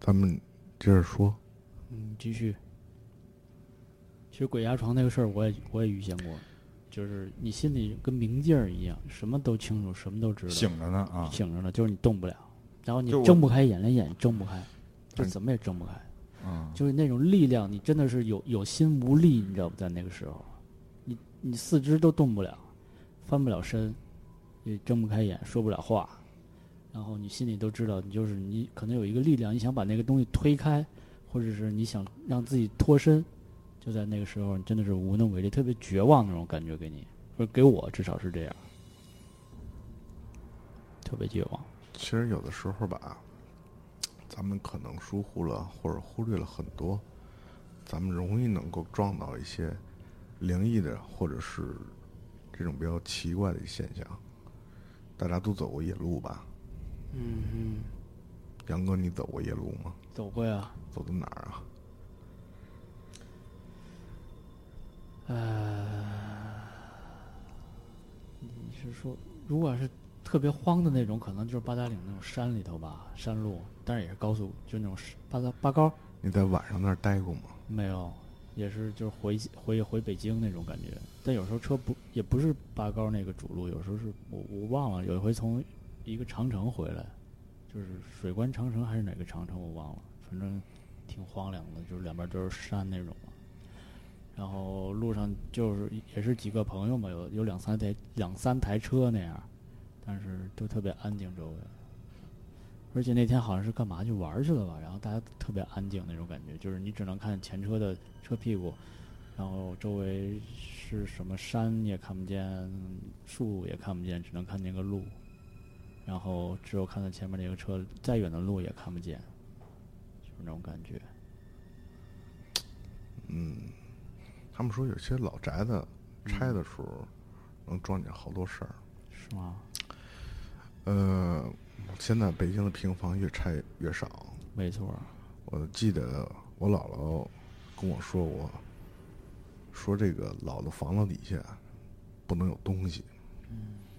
Speaker 4: 咱们接着说，
Speaker 5: 嗯，继续。其实鬼压床那个事儿，我也我也遇见过，就是你心里跟明镜儿一样，什么都清楚，什么都知道，
Speaker 3: 醒着呢啊！
Speaker 5: 醒着呢，就是你动不了，然后你
Speaker 3: 就我
Speaker 5: 睁不开眼，连眼睁不开，就怎么也睁不开，
Speaker 3: 嗯，
Speaker 5: 就是那种力量，你真的是有有心无力，你知道不？在那个时候，你你四肢都动不了，翻不了身，也睁不开眼，说不了话，然后你心里都知道，你就是你可能有一个力量，你想把那个东西推开，或者是你想让自己脱身，就在那个时候，你真的是无能为力，特别绝望那种感觉给你，或者给我至少是这样，特别绝望。
Speaker 4: 其实有的时候吧，咱们可能疏忽了或者忽略了很多，咱们容易能够撞到一些灵异的或者是这种比较奇怪的现象。大家都走过夜路吧？
Speaker 5: 嗯嗯，
Speaker 4: 杨哥，你走过夜路吗？
Speaker 5: 走过呀，
Speaker 4: 走到哪儿啊？
Speaker 5: 你是说如果是特别荒的那种，可能就是八达岭那种山里头吧，山路，但是也是高速，就那种是八达八高，
Speaker 4: 你在晚上那儿待过吗？
Speaker 5: 没有，也是就是回回回北京那种感觉。但有时候车不也不是拔高那个主路，有时候是我我忘了，有一回从一个长城回来，就是水关长城还是哪个长城我忘了，反正挺荒凉的，就是两边都是山那种嘛。然后路上就是也是几个朋友嘛，有有两三台两三台车那样，但是都特别安静周围。而且那天好像是干嘛去玩儿去了吧，然后大家特别安静那种感觉，就是你只能看前车的车屁股，然后周围是什么山也看不见，树也看不见，只能看见个路，然后只有看到前面那个车，再远的路也看不见，就是那种感觉。
Speaker 4: 嗯他们说有些老宅子拆的时候能撞见好多事儿。
Speaker 5: 是吗？
Speaker 4: 呃，现在北京的平房越拆越少。
Speaker 5: 没错儿，
Speaker 4: 我记得我姥姥跟我说过，说这个老的房子底下不能有东西，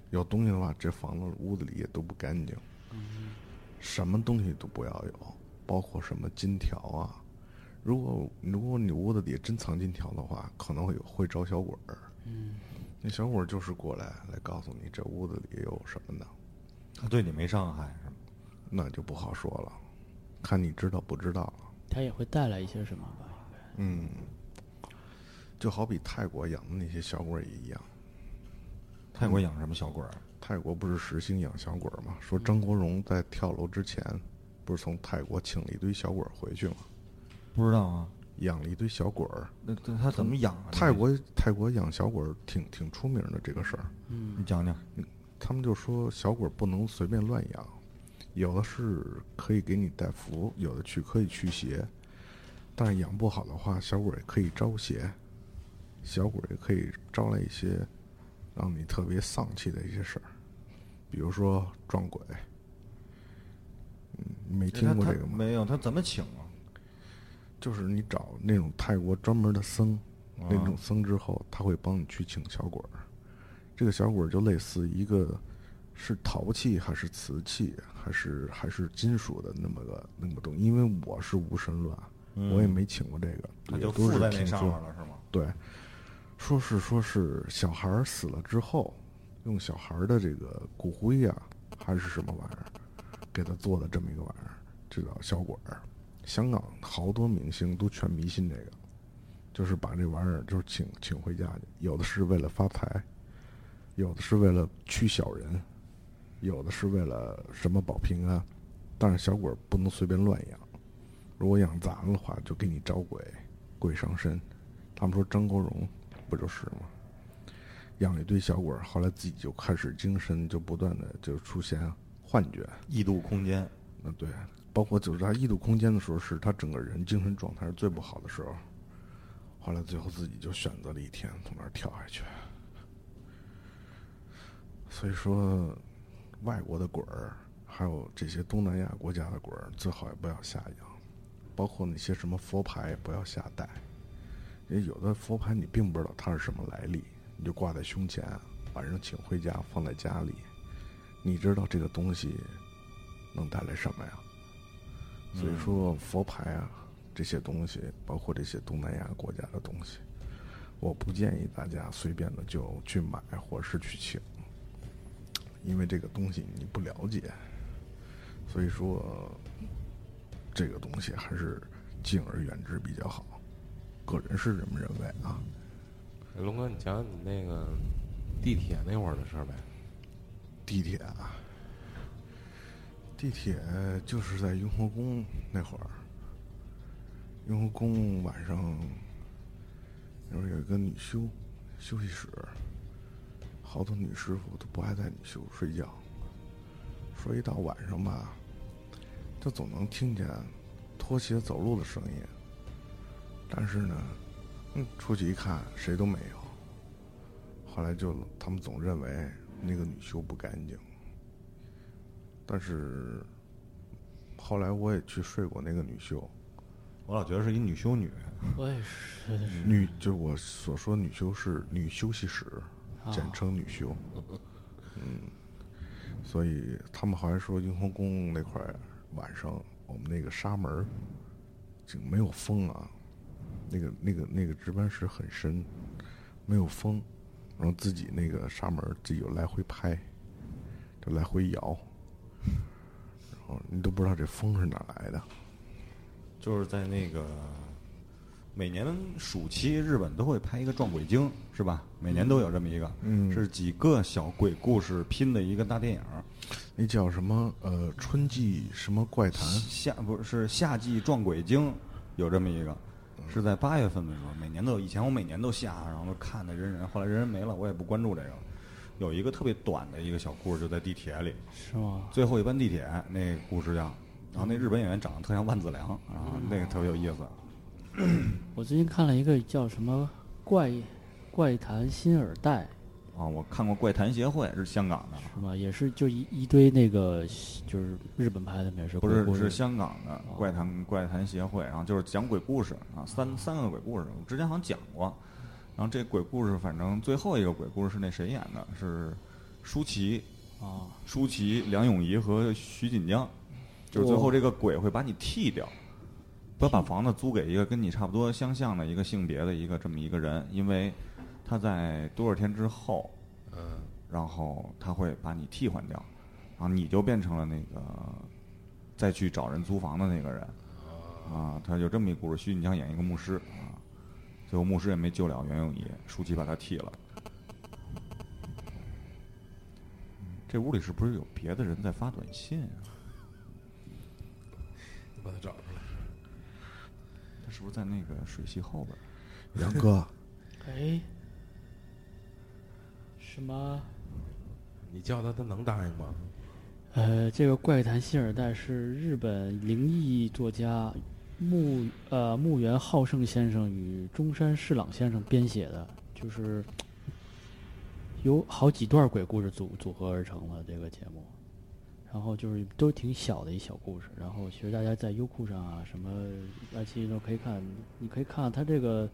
Speaker 4: 有东西的话，这房子屋子里也都不干净，
Speaker 5: 嗯
Speaker 4: 什么东西都不要有，包括什么金条啊。如果如果你屋子里真藏金条的话，可能会有会招小鬼儿。
Speaker 5: 嗯
Speaker 4: 那小鬼儿就是过来来告诉你这屋子里有什么呢，
Speaker 3: 他对你没伤害是吗？
Speaker 4: 那就不好说了，看你知道不知道了。
Speaker 5: 它也会带来一些什么吧？
Speaker 4: 嗯，就好比泰国养的那些小鬼儿也一样。
Speaker 3: 泰国养什么小鬼儿？
Speaker 4: 泰国不是实行养小鬼儿吗？说张国荣在跳楼之前，不是从泰国请了一堆小鬼儿回去吗？
Speaker 3: 不知道啊。
Speaker 4: 养了一堆小鬼儿。
Speaker 3: 那那他怎么养啊？
Speaker 4: 泰国泰国养小鬼儿挺挺出名的这个事儿，
Speaker 5: 嗯
Speaker 3: 你讲讲。
Speaker 4: 他们就说小鬼儿不能随便乱养，有的是可以给你带福，有的去可以驱邪，但是养不好的话，小鬼儿也可以招邪，小鬼儿也可以招来一些让你特别丧气的一些事儿，比如说撞鬼。嗯，你没听过这个
Speaker 3: 他他
Speaker 4: 吗？
Speaker 3: 没有，他怎么请啊？
Speaker 4: 就是你找那种泰国专门的僧，
Speaker 3: 啊
Speaker 4: 那种僧之后，他会帮你去请小鬼儿。这个小鬼儿就类似一个是陶器还是瓷器还是还是金属的那么个那么个东西，因为我是无神论啊，我也没请过这个，
Speaker 3: 嗯他
Speaker 4: 也
Speaker 3: 就
Speaker 4: 都
Speaker 3: 附
Speaker 4: 是
Speaker 3: 在
Speaker 4: 听
Speaker 3: 那上
Speaker 4: 说
Speaker 3: 面了是吗？
Speaker 4: 对，说是说是小孩儿死了之后，用小孩儿的这个骨灰呀、还是什么玩意儿，给他做的这么一个玩意儿，就叫小鬼儿。香港好多明星都全迷信这个，就是把这玩意儿就是请请回家去，有的是为了发财，有的是为了驱小人，有的是为了什么保平安。但是小鬼儿不能随便乱养，如果养杂了的话，就给你招鬼，鬼上身。他们说张国荣不就是吗？养了一堆小鬼儿，后来自己就开始精神就不断的就出现幻觉。
Speaker 3: 异度空间，
Speaker 4: 嗯，对，包括就是他异度空间的时候，是他整个人精神状态是最不好的时候。后来最后自己就选择了一天从那儿跳下去。所以说，外国的鬼儿，还有这些东南亚国家的鬼儿，最好也不要下养，包括那些什么佛牌不要下戴，因为有的佛牌你并不知道它是什么来历，你就挂在胸前，晚上请回家放在家里，你知道这个东西能带来什么呀？所以说佛牌啊，这些东西，包括这些东南亚国家的东西，我不建议大家随便的就去买或是去请，因为这个东西你不了解，所以说这个东西还是敬而远之比较好。个人是这么认为啊。
Speaker 1: 哎龙哥，你讲讲你那个地铁那会儿的事儿呗。
Speaker 4: 地铁啊，地铁就是在雍和宫那会儿，雍和宫晚上那会儿有一个女修，休息室，好多女师傅都不爱带女修睡觉，说一到晚上吧，就总能听见拖鞋走路的声音，但是呢，嗯，出去一看谁都没有。后来就他们总认为那个女修不干净，但是后来我也去睡过那个女修，
Speaker 3: 我老觉得是一女修女，
Speaker 5: 我也是，
Speaker 4: 女就是我所说女修是女休息室，
Speaker 5: 啊
Speaker 4: 简称女修。嗯，所以他们好像说雍和宫那块儿晚上我们那个纱门儿就没有风啊，那个那个那个值班室很深，没有风，然后自己那个纱门儿自己就来回拍，就来回摇，然后你都不知道这风是哪来的。
Speaker 3: 就是在那个每年暑期，日本都会拍一个撞鬼经，是吧？每年都有这么一个，
Speaker 4: 嗯
Speaker 3: 是几个小鬼故事拼的一个大电影儿。
Speaker 4: 那叫什么？呃，春季什么怪谈？
Speaker 3: 夏不是夏季撞鬼经，有这么一个，
Speaker 4: 嗯
Speaker 3: 是在八月份的时候，每年都有。以前我每年都下，啊然后都看的人人，后来人人没了，我也不关注这个了。有一个特别短的一个小故事，就在地铁里，
Speaker 5: 是吗？
Speaker 3: 最后一班地铁那故事叫，然后那日本演员长得特像万梓良，然
Speaker 4: 嗯
Speaker 3: 后那个特别有意思。
Speaker 5: 我最近看了一个叫什么怪怪谈新耳带，
Speaker 3: 啊，我看过《怪谈协会》，是香港的，
Speaker 5: 是吗？也是就一一堆那个就是日本拍的美食
Speaker 3: 不
Speaker 5: 鬼
Speaker 3: 是
Speaker 5: 故
Speaker 3: 是
Speaker 5: 事，啊
Speaker 3: 香港的怪谈怪谈协会，然后就是讲鬼故事啊，三三个鬼故事，我之前好像讲过。然后这鬼故事，反正最后一个鬼故事是那谁演的？是舒淇、
Speaker 5: 啊，
Speaker 3: 舒淇、梁咏仪和徐锦江。就是最后这个鬼会把你剃掉，不要把房子租给一个跟你差不多相像的一个性别的一个这么一个人，因为他在多少天之后，
Speaker 1: 嗯，
Speaker 3: 然后他会把你替换掉，然后你就变成了那个再去找人租房的那个人，啊，他有这么一故事。徐锦江演一个牧师啊，最后牧师也没救了袁咏仪，舒淇把他替了。这屋里是不是有别的人在发短信啊？
Speaker 1: 把它找出来。
Speaker 3: 他是不是在那个水系后边儿？
Speaker 4: 杨哥，
Speaker 5: 哎，什么？
Speaker 1: 你叫他，他能答应吗？
Speaker 5: 呃，这个怪谈新耳带是日本灵异作家木呃木原浩胜先生与中山侍朗先生编写的，就是有好几段鬼故事组组合而成的这个节目，然后就是都挺小的一小故事，然后其实大家在优酷上啊什么爱奇艺都可以看，你可以看看它这个。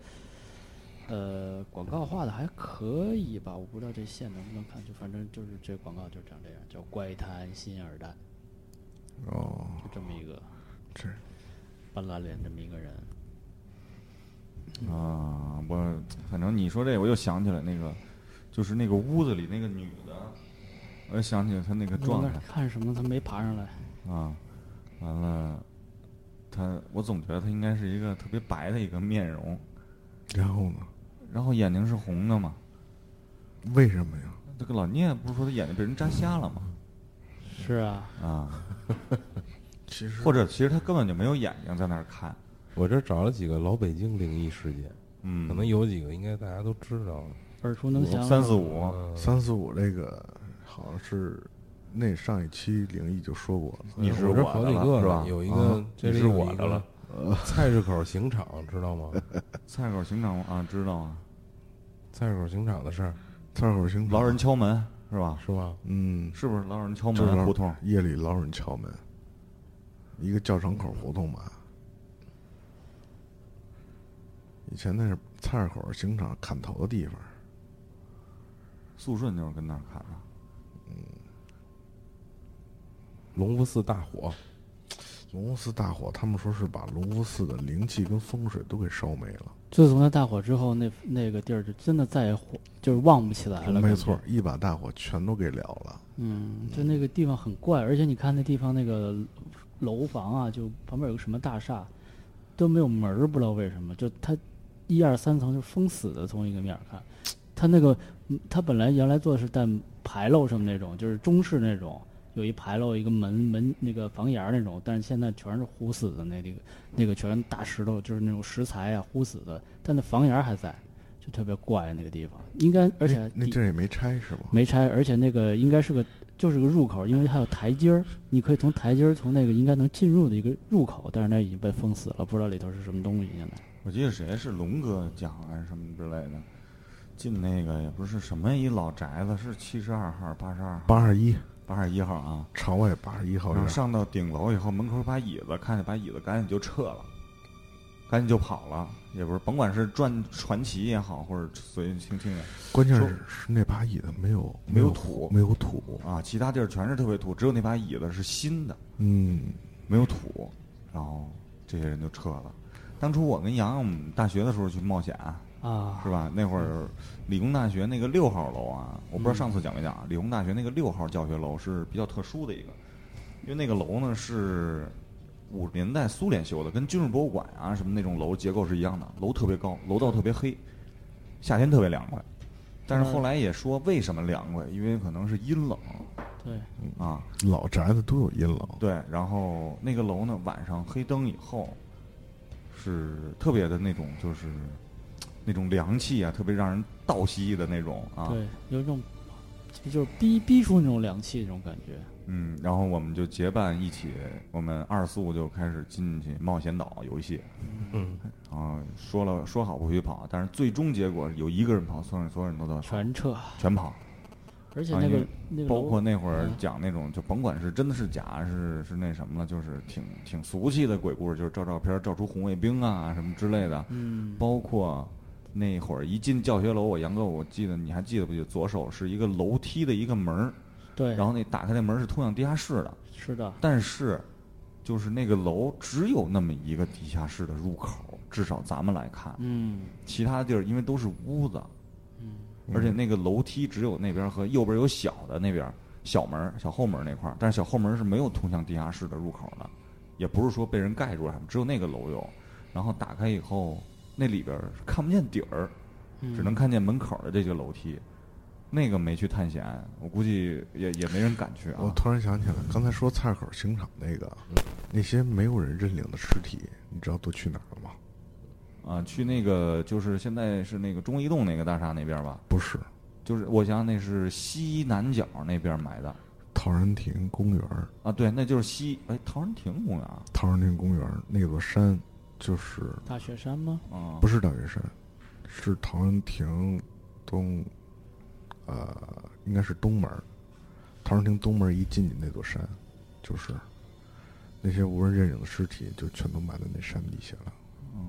Speaker 5: 呃，广告画的还可以吧，我不知道这线能不能看，就反正就是这广告就长这样，叫《怪谈新耳蛋》，
Speaker 4: 哦，
Speaker 5: 就这么一个
Speaker 4: 这
Speaker 5: 半拉脸这么一个人。
Speaker 3: 啊，我反正你说这，我又想起来那个，就是那个屋子里那个女的，我又想起来她那个状
Speaker 5: 那
Speaker 3: 态
Speaker 5: 看什么？他没爬上来。
Speaker 3: 啊。完了，她我总觉得她应该是一个特别白的一个面容，
Speaker 4: 然后呢？
Speaker 3: 然后眼睛是红的嘛。
Speaker 4: 为什么呀？
Speaker 3: 这个老聂不是说他眼睛被人扎瞎了吗？
Speaker 5: 是啊，
Speaker 3: 啊，
Speaker 4: 其实
Speaker 3: 或者其实他根本就没有眼睛在那儿看，
Speaker 1: 我这找了几个老北京灵异事件，
Speaker 3: 嗯，
Speaker 1: 可能有几个应该大家都知道了。嗯
Speaker 5: 耳熟能详。啊
Speaker 3: 三四。五，
Speaker 4: 三四五这个好像是那上一期灵异就说过了，
Speaker 3: 你是
Speaker 1: 我这
Speaker 3: 我
Speaker 1: 好
Speaker 3: 的
Speaker 1: 几
Speaker 3: 了
Speaker 1: 个
Speaker 3: 是
Speaker 1: 呢
Speaker 3: 吧？
Speaker 1: 有一
Speaker 3: 啊
Speaker 1: 个这
Speaker 3: 你
Speaker 1: 里
Speaker 3: 是
Speaker 1: 有
Speaker 3: 我
Speaker 1: 一
Speaker 3: 的
Speaker 1: 个
Speaker 3: 了。
Speaker 1: 菜市口刑场知道吗？
Speaker 3: 菜口刑场啊，知道啊，
Speaker 1: 菜市口刑场的事儿
Speaker 4: 菜口刑
Speaker 3: 老有人，敲门是吧？
Speaker 1: 是吧？
Speaker 4: 嗯，
Speaker 3: 是不是老有人敲
Speaker 4: 就是
Speaker 3: 门
Speaker 4: 老
Speaker 3: 胡同？
Speaker 4: 夜里老有人敲门，一个教场口胡同吧。以前那是菜市口刑场砍头的地方，
Speaker 3: 肃顺就是跟那儿砍的。
Speaker 1: 隆福寺大火，
Speaker 4: 龙福寺大火，他们说是把龙福寺的灵气跟风水都给烧没了。
Speaker 5: 自从那大火之后，那那个地儿就真的再也火，就是旺不起来
Speaker 4: 嗯
Speaker 5: 了。
Speaker 4: 没错，，一把大火全都给燎了。
Speaker 5: 嗯，就那个地方很怪，而且你看那地方那个楼房啊，就旁边有个什么大厦，都没有门儿，不知道为什么，就它一二三层就封死的，从一个面儿看，它那个嗯它本来原来做的是带牌楼什么那种，就是中式那种，有一牌楼一个门门那个房檐儿那种，但是现在全是糊死的那那个那个全是大石头，就是那种石材啊糊死的，但那房檐儿还在，就特别怪那个地方，应该而且
Speaker 6: 那
Speaker 5: 底
Speaker 6: 地儿也没拆是吗？
Speaker 5: 没拆，而且那个应该是个就是个入口，因为它有台阶儿，你可以从台阶儿从那个应该能进入的一个入口，但是那已经被封死了，不知道里头是什么东西现在。
Speaker 3: 我记得谁是龙哥讲还是什么之类的，进那个也不是什么一老宅子，是七十二号、八十二号、
Speaker 4: 八二一嗯
Speaker 3: 八十一号啊。
Speaker 4: 朝外八十一号
Speaker 3: 然后
Speaker 4: 院，
Speaker 3: 上到顶楼以后，门口把椅子看见，把椅子赶紧就撤了，赶紧就跑了，也不是甭管是转传奇也好，或者随轻轻的
Speaker 4: 关键
Speaker 3: 说
Speaker 4: 是是那把椅子没有
Speaker 3: 没有土
Speaker 4: 没有土，
Speaker 3: 啊，其他地儿全是特别土，只有那把椅子是新的，
Speaker 4: 嗯，
Speaker 3: 没有土，然后这些人就撤了。当初我跟洋洋我们大学的时候去冒险，
Speaker 5: 啊
Speaker 3: 是吧？那会儿理工大学那个六号楼啊，我不知道
Speaker 5: 嗯
Speaker 3: 上次讲没讲啊。理工大学那个六号教学楼是比较特殊的一个，因为那个楼呢是五十年代苏联修的，跟军事博物馆啊什么那种楼结构是一样的，楼特别高，楼道特别黑，夏天特别凉快。但是后来也说为什么凉快，因为可能是阴冷
Speaker 5: 对，
Speaker 3: 啊，
Speaker 4: 老宅子都有阴冷，
Speaker 3: 对，然后那个楼呢，晚上黑灯以后，是特别的那种，就是那种凉气啊，特别让人倒吸的那种啊。
Speaker 5: 对，有一种就是逼逼出那种凉气那种感觉。
Speaker 3: 嗯，然后我们就结伴一起，我们二四五就开始进去冒险岛游戏，
Speaker 1: 嗯，
Speaker 3: 然后说了说好不许跑，但是最终结果有一个人跑，所有人所有人都在跑
Speaker 5: 全撤，
Speaker 3: 全跑，
Speaker 5: 而且
Speaker 3: 啊
Speaker 5: 那
Speaker 3: 因
Speaker 5: 个、
Speaker 3: 为
Speaker 5: 那个
Speaker 3: 包
Speaker 5: 楼
Speaker 3: 括那会儿
Speaker 5: 嗯
Speaker 3: 讲那种，就甭管是真的是假，是是那什么了，就是挺挺俗气的鬼故事，就是照照片儿照出红卫兵啊什么之类的，
Speaker 5: 嗯
Speaker 3: 包括那会儿一进教学楼，我杨哥，我记得你还记得不记得？左手是一个楼梯的一个门儿，
Speaker 5: 对，
Speaker 3: 然后那打开那门儿是通向地下室的，
Speaker 5: 是的，
Speaker 3: 但是就是那个楼只有那么一个地下室的入口，至少咱们来看，
Speaker 5: 嗯
Speaker 3: 其他地儿因为都是屋子，而且那个楼梯只有那边儿和右边儿有小的那边儿小门儿、小后门儿那块儿，但是小后门儿是没有通向地下室的入口的，也不是说被人盖住了什么，只有那个楼有。然后打开以后，那里边儿是看不见底儿，
Speaker 5: 嗯，
Speaker 3: 只能看见门口的这个楼梯。那个没去探险，我估计也也没人敢去
Speaker 4: 我
Speaker 3: 啊。
Speaker 4: 突然想起来，刚才说菜口刑场那个，
Speaker 5: 嗯
Speaker 4: 那些没有人认领的尸体，你知道都去哪儿了吗？
Speaker 3: 啊，去那个就是现在是那个中移动那个大厦那边儿吧，
Speaker 4: 不是，
Speaker 3: 就是我想想那是西南角那边儿埋的
Speaker 4: 陶然亭公园儿，
Speaker 3: 啊，对，那就是西哎陶然亭公园啊儿
Speaker 4: 陶然亭公园儿那座山就是
Speaker 5: 大雪山吗？
Speaker 3: 啊，
Speaker 4: 不是大云山，是陶然亭东，呃，应该是东门儿。陶然亭东门儿一进去那座山，就是那些无人认领的尸体，就全都埋在那山底下了。
Speaker 3: 嗯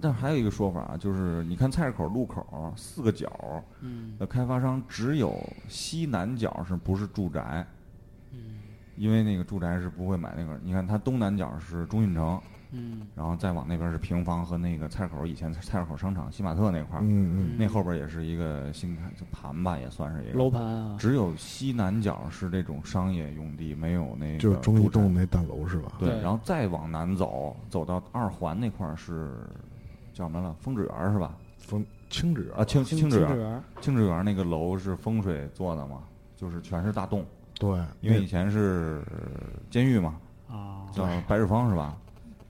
Speaker 3: 但还有一个说法啊，就是你看菜市口路口四个角
Speaker 5: 嗯
Speaker 3: 的开发商，只有西南角是不是住宅？
Speaker 5: 嗯
Speaker 3: 因为那个住宅是不会买那个。你看它东南角是中运城，
Speaker 5: 嗯
Speaker 3: 然后再往那边是平房和那个菜市口以前菜市口商场西马特那块儿，
Speaker 4: 嗯嗯，
Speaker 3: 那后边也是一个新开就盘吧，也算是一个
Speaker 5: 楼。盘啊，
Speaker 3: 只有西南角是这种商业用地，没有那个啊
Speaker 4: 就是中
Speaker 3: 住
Speaker 4: 移
Speaker 3: 宅
Speaker 4: 动那大楼是吧？
Speaker 3: 对，
Speaker 5: 对
Speaker 3: 然后再往南走，走到二环那块儿是叫什么来了？风止园儿是吧？
Speaker 4: 风清止园
Speaker 3: 啊，清
Speaker 5: 清
Speaker 3: 清止园
Speaker 5: 园
Speaker 3: 儿，
Speaker 5: 儿，
Speaker 3: 清止园儿那个楼是风水做的嘛，就是全是大洞，
Speaker 4: 对，
Speaker 3: 因
Speaker 4: 那
Speaker 3: 为以前是监狱嘛，
Speaker 5: 啊，
Speaker 3: 叫白日方是吧？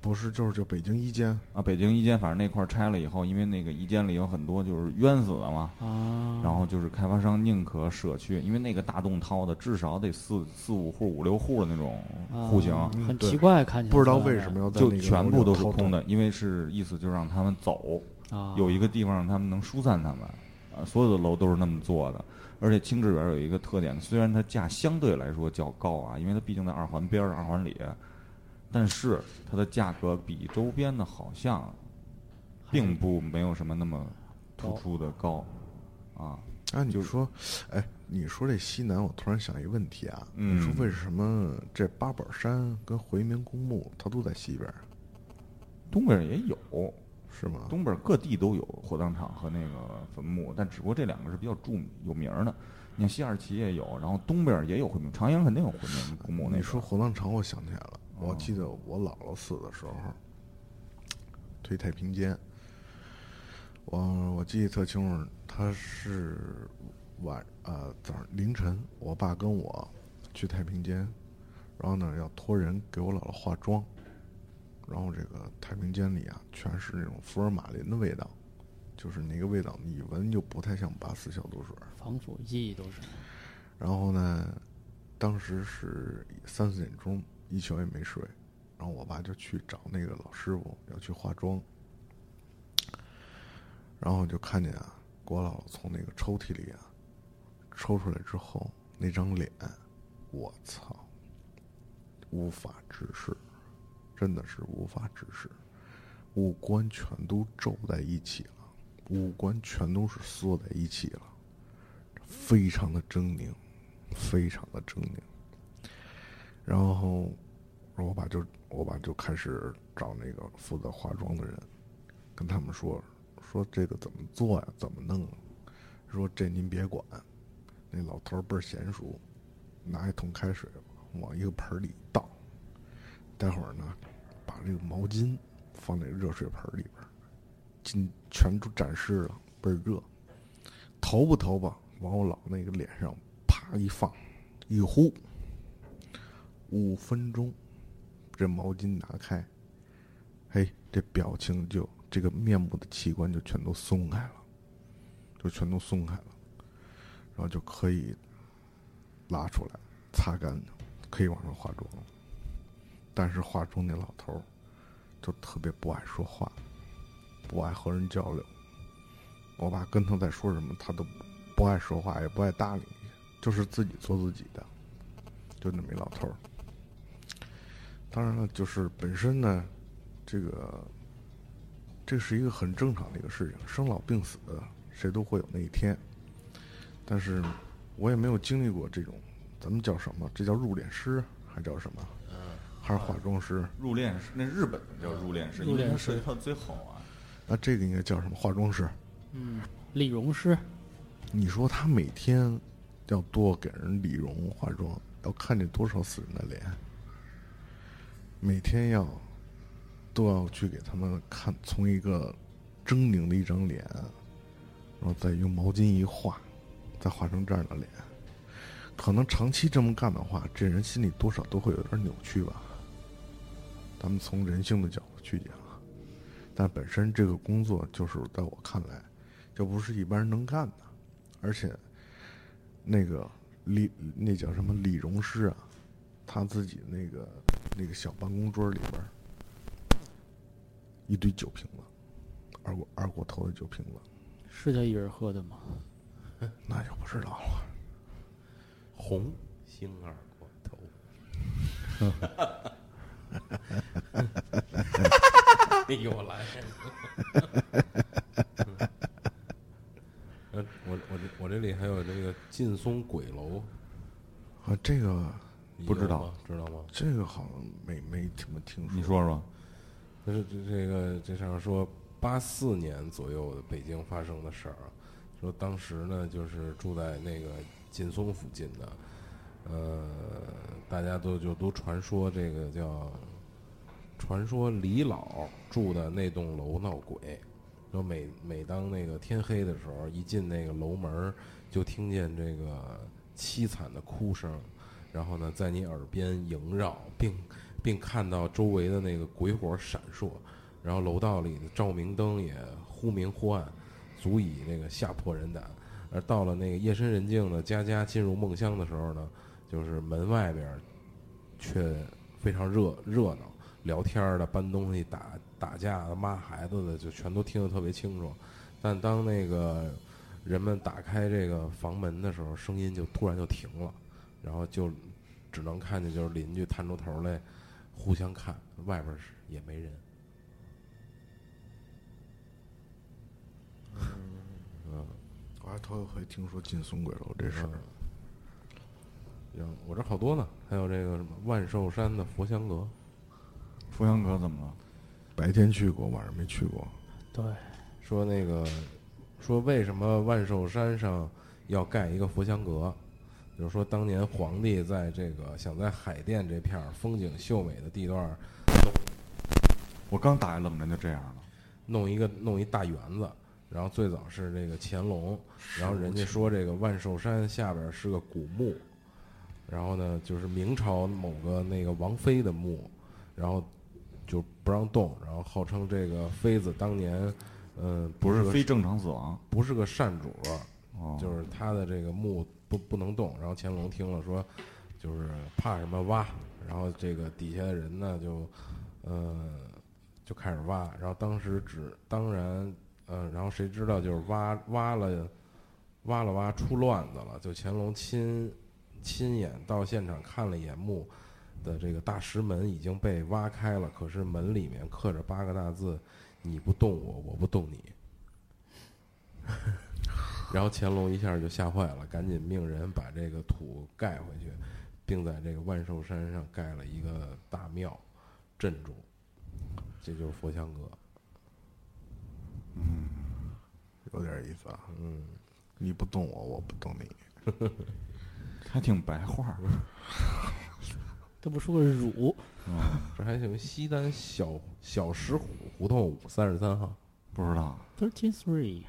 Speaker 4: 不是就是就北京一间，
Speaker 3: 啊，北京一监，反正那块儿拆了以后，因为那个一监里有很多就是冤死的嘛，
Speaker 5: 啊，
Speaker 3: 然后就是开发商宁可舍去，因为那个大洞掏的至少得四四五户、五六户的那种户型，
Speaker 5: 啊很
Speaker 4: 对
Speaker 5: 奇怪，看起来
Speaker 4: 不知道为什么要在
Speaker 3: 就
Speaker 4: 那个
Speaker 3: 全部都是
Speaker 4: 楼里
Speaker 3: 空
Speaker 4: 掏洞。
Speaker 3: 的，因为是意思就是让他们走，
Speaker 5: 啊，
Speaker 3: 有一个地方让他们能疏散他们，啊，所有的楼都是那么做的。而且清志园有一个特点，虽然它价相对来说较高啊，因为它毕竟在二环边儿、二环里，但是它的价格比周边的好像并不没有什么那么突出的高啊。
Speaker 4: 啊，你说，哎，你说这西南，我突然想一问题啊，
Speaker 3: 嗯
Speaker 4: 你说为什么这八宝山跟回民公墓它都在西边儿，
Speaker 3: 东北也有，
Speaker 4: 是吗？
Speaker 3: 啊东北各地都有火葬场和那个坟墓，但只不过这两个是比较著名有名儿的。你看西二旗也有，然后东边儿也有回民，长阳肯定有回民公墓那
Speaker 4: 你
Speaker 3: 个
Speaker 4: 说火葬场，我想起来了，我记得我姥姥死的时候，推太平间，我我记得特清楚，他是晚呃早上凌晨，我爸跟我去太平间，然后呢要托人给我姥姥化妆，然后这个太平间里啊全是那种福尔马林的味道，就是那个味道，你一闻就不太像八四消毒水。
Speaker 5: 防腐剂都是，
Speaker 4: 然后呢，当时是三四点钟，一宿也没睡，然后我爸就去找那个老师傅要去化妆，然后就看见啊，郭老从那个抽屉里啊抽出来之后，那张脸，我操，无法直视，真的是无法直视，五官全都皱在一起了，五官全都是缩在一起了。非常的狰狞，非常的狰狞。然后我爸就我爸就开始找那个负责化妆的人，跟他们说说这个怎么做呀，怎么弄啊？说这您别管，那老头儿倍儿娴熟，拿一桶开水往一个盆儿里倒，待会儿呢，把这个毛巾放在热水盆儿里边儿，尽全都展示了，倍儿热。投不投吧，往我老那个脸上啪一放，一呼，五分钟，这毛巾拿开，嘿，这表情就这个面部的器官就全都松开了，就全都松开了，然后就可以拉出来擦干，可以往上化妆了。但是化妆那老头儿就特别不爱说话，不爱和人交流。我爸跟他在说什么，他都不爱说话，也不爱搭理你，就是自己做自己的，就那么一老头儿。当然了，就是本身呢，这个这是一个很正常的一个事情，生老病死，谁都会有那一天。但是我也没有经历过这种，咱们叫什么？这叫入殓师，还叫什么？还是化妆师？
Speaker 3: 入殓师，那日本叫入殓师，
Speaker 5: 入
Speaker 3: 你
Speaker 5: 殓
Speaker 3: 们
Speaker 5: 师
Speaker 3: 涉及到最后啊，
Speaker 4: 那这个应该叫什么？化妆师。
Speaker 5: 嗯，理容师，
Speaker 4: 你说他每天要多给人理容化妆，要看见多少死人的脸，每天要都要去给他们看，从一个狰狞的一张脸，然后再用毛巾一画，再画成这样的脸。可能长期这么干的话，这人心里多少都会有点扭曲吧。咱们从人性的角度去讲，啊但本身这个工作就是在我看来，这不是一般人能干的，而且那个李那叫什么李荣师啊，他自己那个那个小办公桌里边儿一堆酒瓶子，二锅二锅头的酒瓶子，
Speaker 5: 是他一人喝的吗？
Speaker 4: 那就不知道了。
Speaker 1: 红星二锅 头， 你给我来。 嗯，我我这我这里还有这个劲松鬼楼，
Speaker 4: 啊，这个
Speaker 1: 你
Speaker 4: 不知
Speaker 1: 有
Speaker 4: 道
Speaker 1: 吗，知道吗？
Speaker 4: 这个好像没没怎么听
Speaker 3: 你
Speaker 4: 说。
Speaker 3: 说说，
Speaker 1: 但是这这个这上面说，八四年左右的北京发生的事儿啊，说当时呢就是住在那个劲松附近的，呃，大家都就都传说这个叫，传说李老住的那栋楼闹鬼，然后每每当那个天黑的时候，一进那个楼门儿就听见这个凄惨的哭声，然后呢在你耳边萦绕，并并看到周围的那个鬼火闪烁，然后楼道里的照明灯也忽明忽暗，足以那个吓破人胆。而到了那个夜深人静的佳佳进入梦乡的时候呢，就是门外边儿却非常热热闹，聊天儿的、搬东西、打打架的、骂孩子的，就全都听得特别清楚。但当那个人们打开这个房门的时候，声音就突然就停了，然后就只能看见就是邻居探出头来互相看，外边儿是也没人。
Speaker 4: 我还头一回听说劲松鬼楼这事儿。
Speaker 1: 然后我这好多呢，还有这个什么万寿山的佛香阁，
Speaker 3: 佛香阁怎么了？
Speaker 4: 白天去过，晚上没去过。
Speaker 5: 对，
Speaker 1: 说那个说为什么万寿山上要盖一个佛香阁，就是说当年皇帝在这个想在海淀这片儿风景秀美的地段儿
Speaker 3: 我刚打一冷战就这样了，
Speaker 1: 弄一个弄一大园子，然后最早是这个乾隆，然后人家说这个万寿山下边是个古墓，然后呢就是明朝某个那个王妃的墓，然后就不让动，然后号称这个妃子当年嗯，
Speaker 3: 不是
Speaker 1: 个
Speaker 3: 非正常死亡，
Speaker 1: 不是个善主，
Speaker 3: 哦，
Speaker 1: 就是他的这个墓不不能动。然后乾隆听了说，就是怕什么挖，然后这个底下的人呢就，呃，就开始挖。然后当时只当然，呃，然后谁知道就是挖挖了，挖了挖出乱子了。就乾隆亲亲眼到现场看了一眼墓的这个大石门已经被挖开了，可是门里面刻着八个大字：“你不动我，我不动你。”然后乾隆一下就吓坏了，赶紧命人把这个土盖回去，并在这个万寿山上盖了一个大庙，镇住。这就是佛像阁，
Speaker 4: 有点意思啊！
Speaker 1: 嗯，
Speaker 4: 你不动我，我不动你。
Speaker 3: 还挺白话 儿，
Speaker 5: 他不说个乳，
Speaker 3: 嗯，
Speaker 1: 这还有西单小小石虎胡同三十三号，
Speaker 3: 不知道
Speaker 5: thirteen three，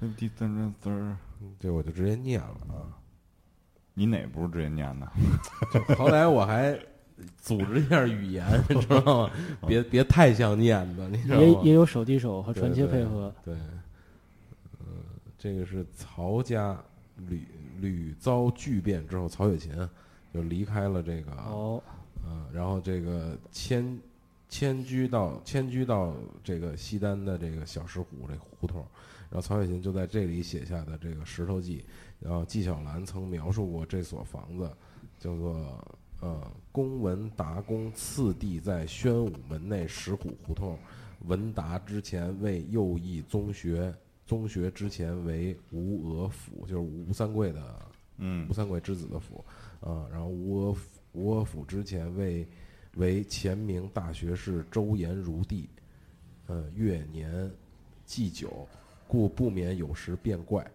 Speaker 3: fifty t h r t h r
Speaker 1: 嗯这我就直接念了啊。
Speaker 3: 你哪不是之前念的？
Speaker 1: 好歹我还组织一下语言， 你知道吗？别别太像念的，你知道
Speaker 5: 也
Speaker 1: 吗？
Speaker 5: 也有手递手和传切
Speaker 1: 对对
Speaker 5: 配合，
Speaker 1: 对，嗯，这个是曹家屡屡遭巨变之后，曹雪芹就离开了这个，
Speaker 5: 哦，
Speaker 1: 嗯，然后这个迁迁居到迁居到这个西单的这个小石虎这胡同，然后曹雪芹就在这里写下的这个《石头记》，然后纪晓岚曾描述过这所房子，叫做呃公文达公次第在宣武门内石虎胡同，文达之前为右翼宗学，宗学之前为吴娥府，就是吴三桂的
Speaker 3: 嗯
Speaker 1: 吴，三桂之子的府，啊，然后吴娥府吴娥府之前为为前明大学士周延如弟，呃，越年祭酒，故不免有时变怪，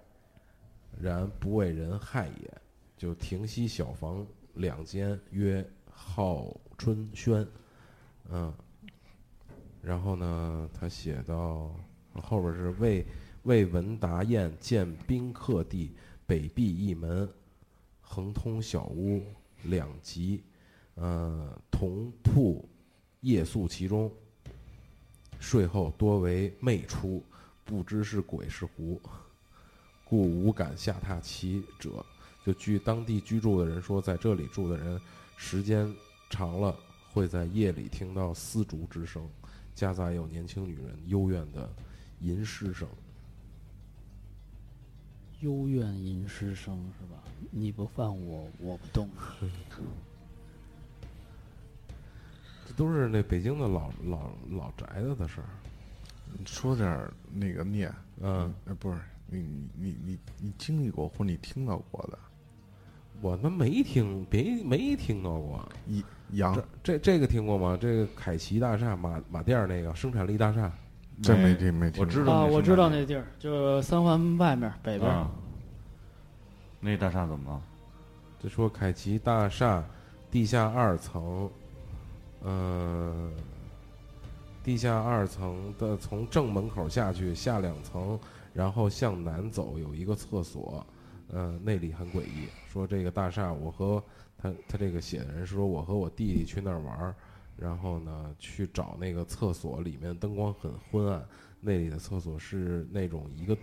Speaker 1: 然不为人害也。就亭西小房两间，曰号春轩，嗯，然后呢，他写到后边是为为文达宴建宾客地北壁一门，横通小屋两极，呃，同铺夜宿其中。睡后多为寐出，不知是鬼是狐，故无敢下榻其者。就据当地居住的人说，在这里住的人时间长了，会在夜里听到丝竹之声，夹杂有年轻女人幽怨的吟诗声。
Speaker 5: 幽怨吟诗声是吧？你不犯我，我不动。
Speaker 1: 这都是那北京的老老老宅子的事儿。
Speaker 4: 你说点儿那个念，
Speaker 1: 嗯，
Speaker 4: 呃，不是你你你你你经历过或你听到过的，
Speaker 1: 我他妈没听，别没听到过。
Speaker 4: 一羊
Speaker 1: 这这这个听过吗？这个凯奇大厦马马甸儿那个生产力大厦，
Speaker 4: 这没听没听过，
Speaker 3: 我知道
Speaker 5: 啊，
Speaker 3: 那
Speaker 5: 我
Speaker 3: 是
Speaker 5: 知
Speaker 3: 哪
Speaker 5: 道
Speaker 3: 里
Speaker 5: 那地儿，就是三环外面北边儿
Speaker 3: 啊，那大厦怎么了？
Speaker 1: 就说凯奇大厦地下二层，呃，地下二层的从正门口下去，下两层，然后向南走有一个厕所，呃，那里很诡异。说这个大厦，我和他他这个写的人说，我和我弟弟去那儿玩儿，然后呢去找那个厕所，里面灯光很昏暗，那里的厕所是那种一个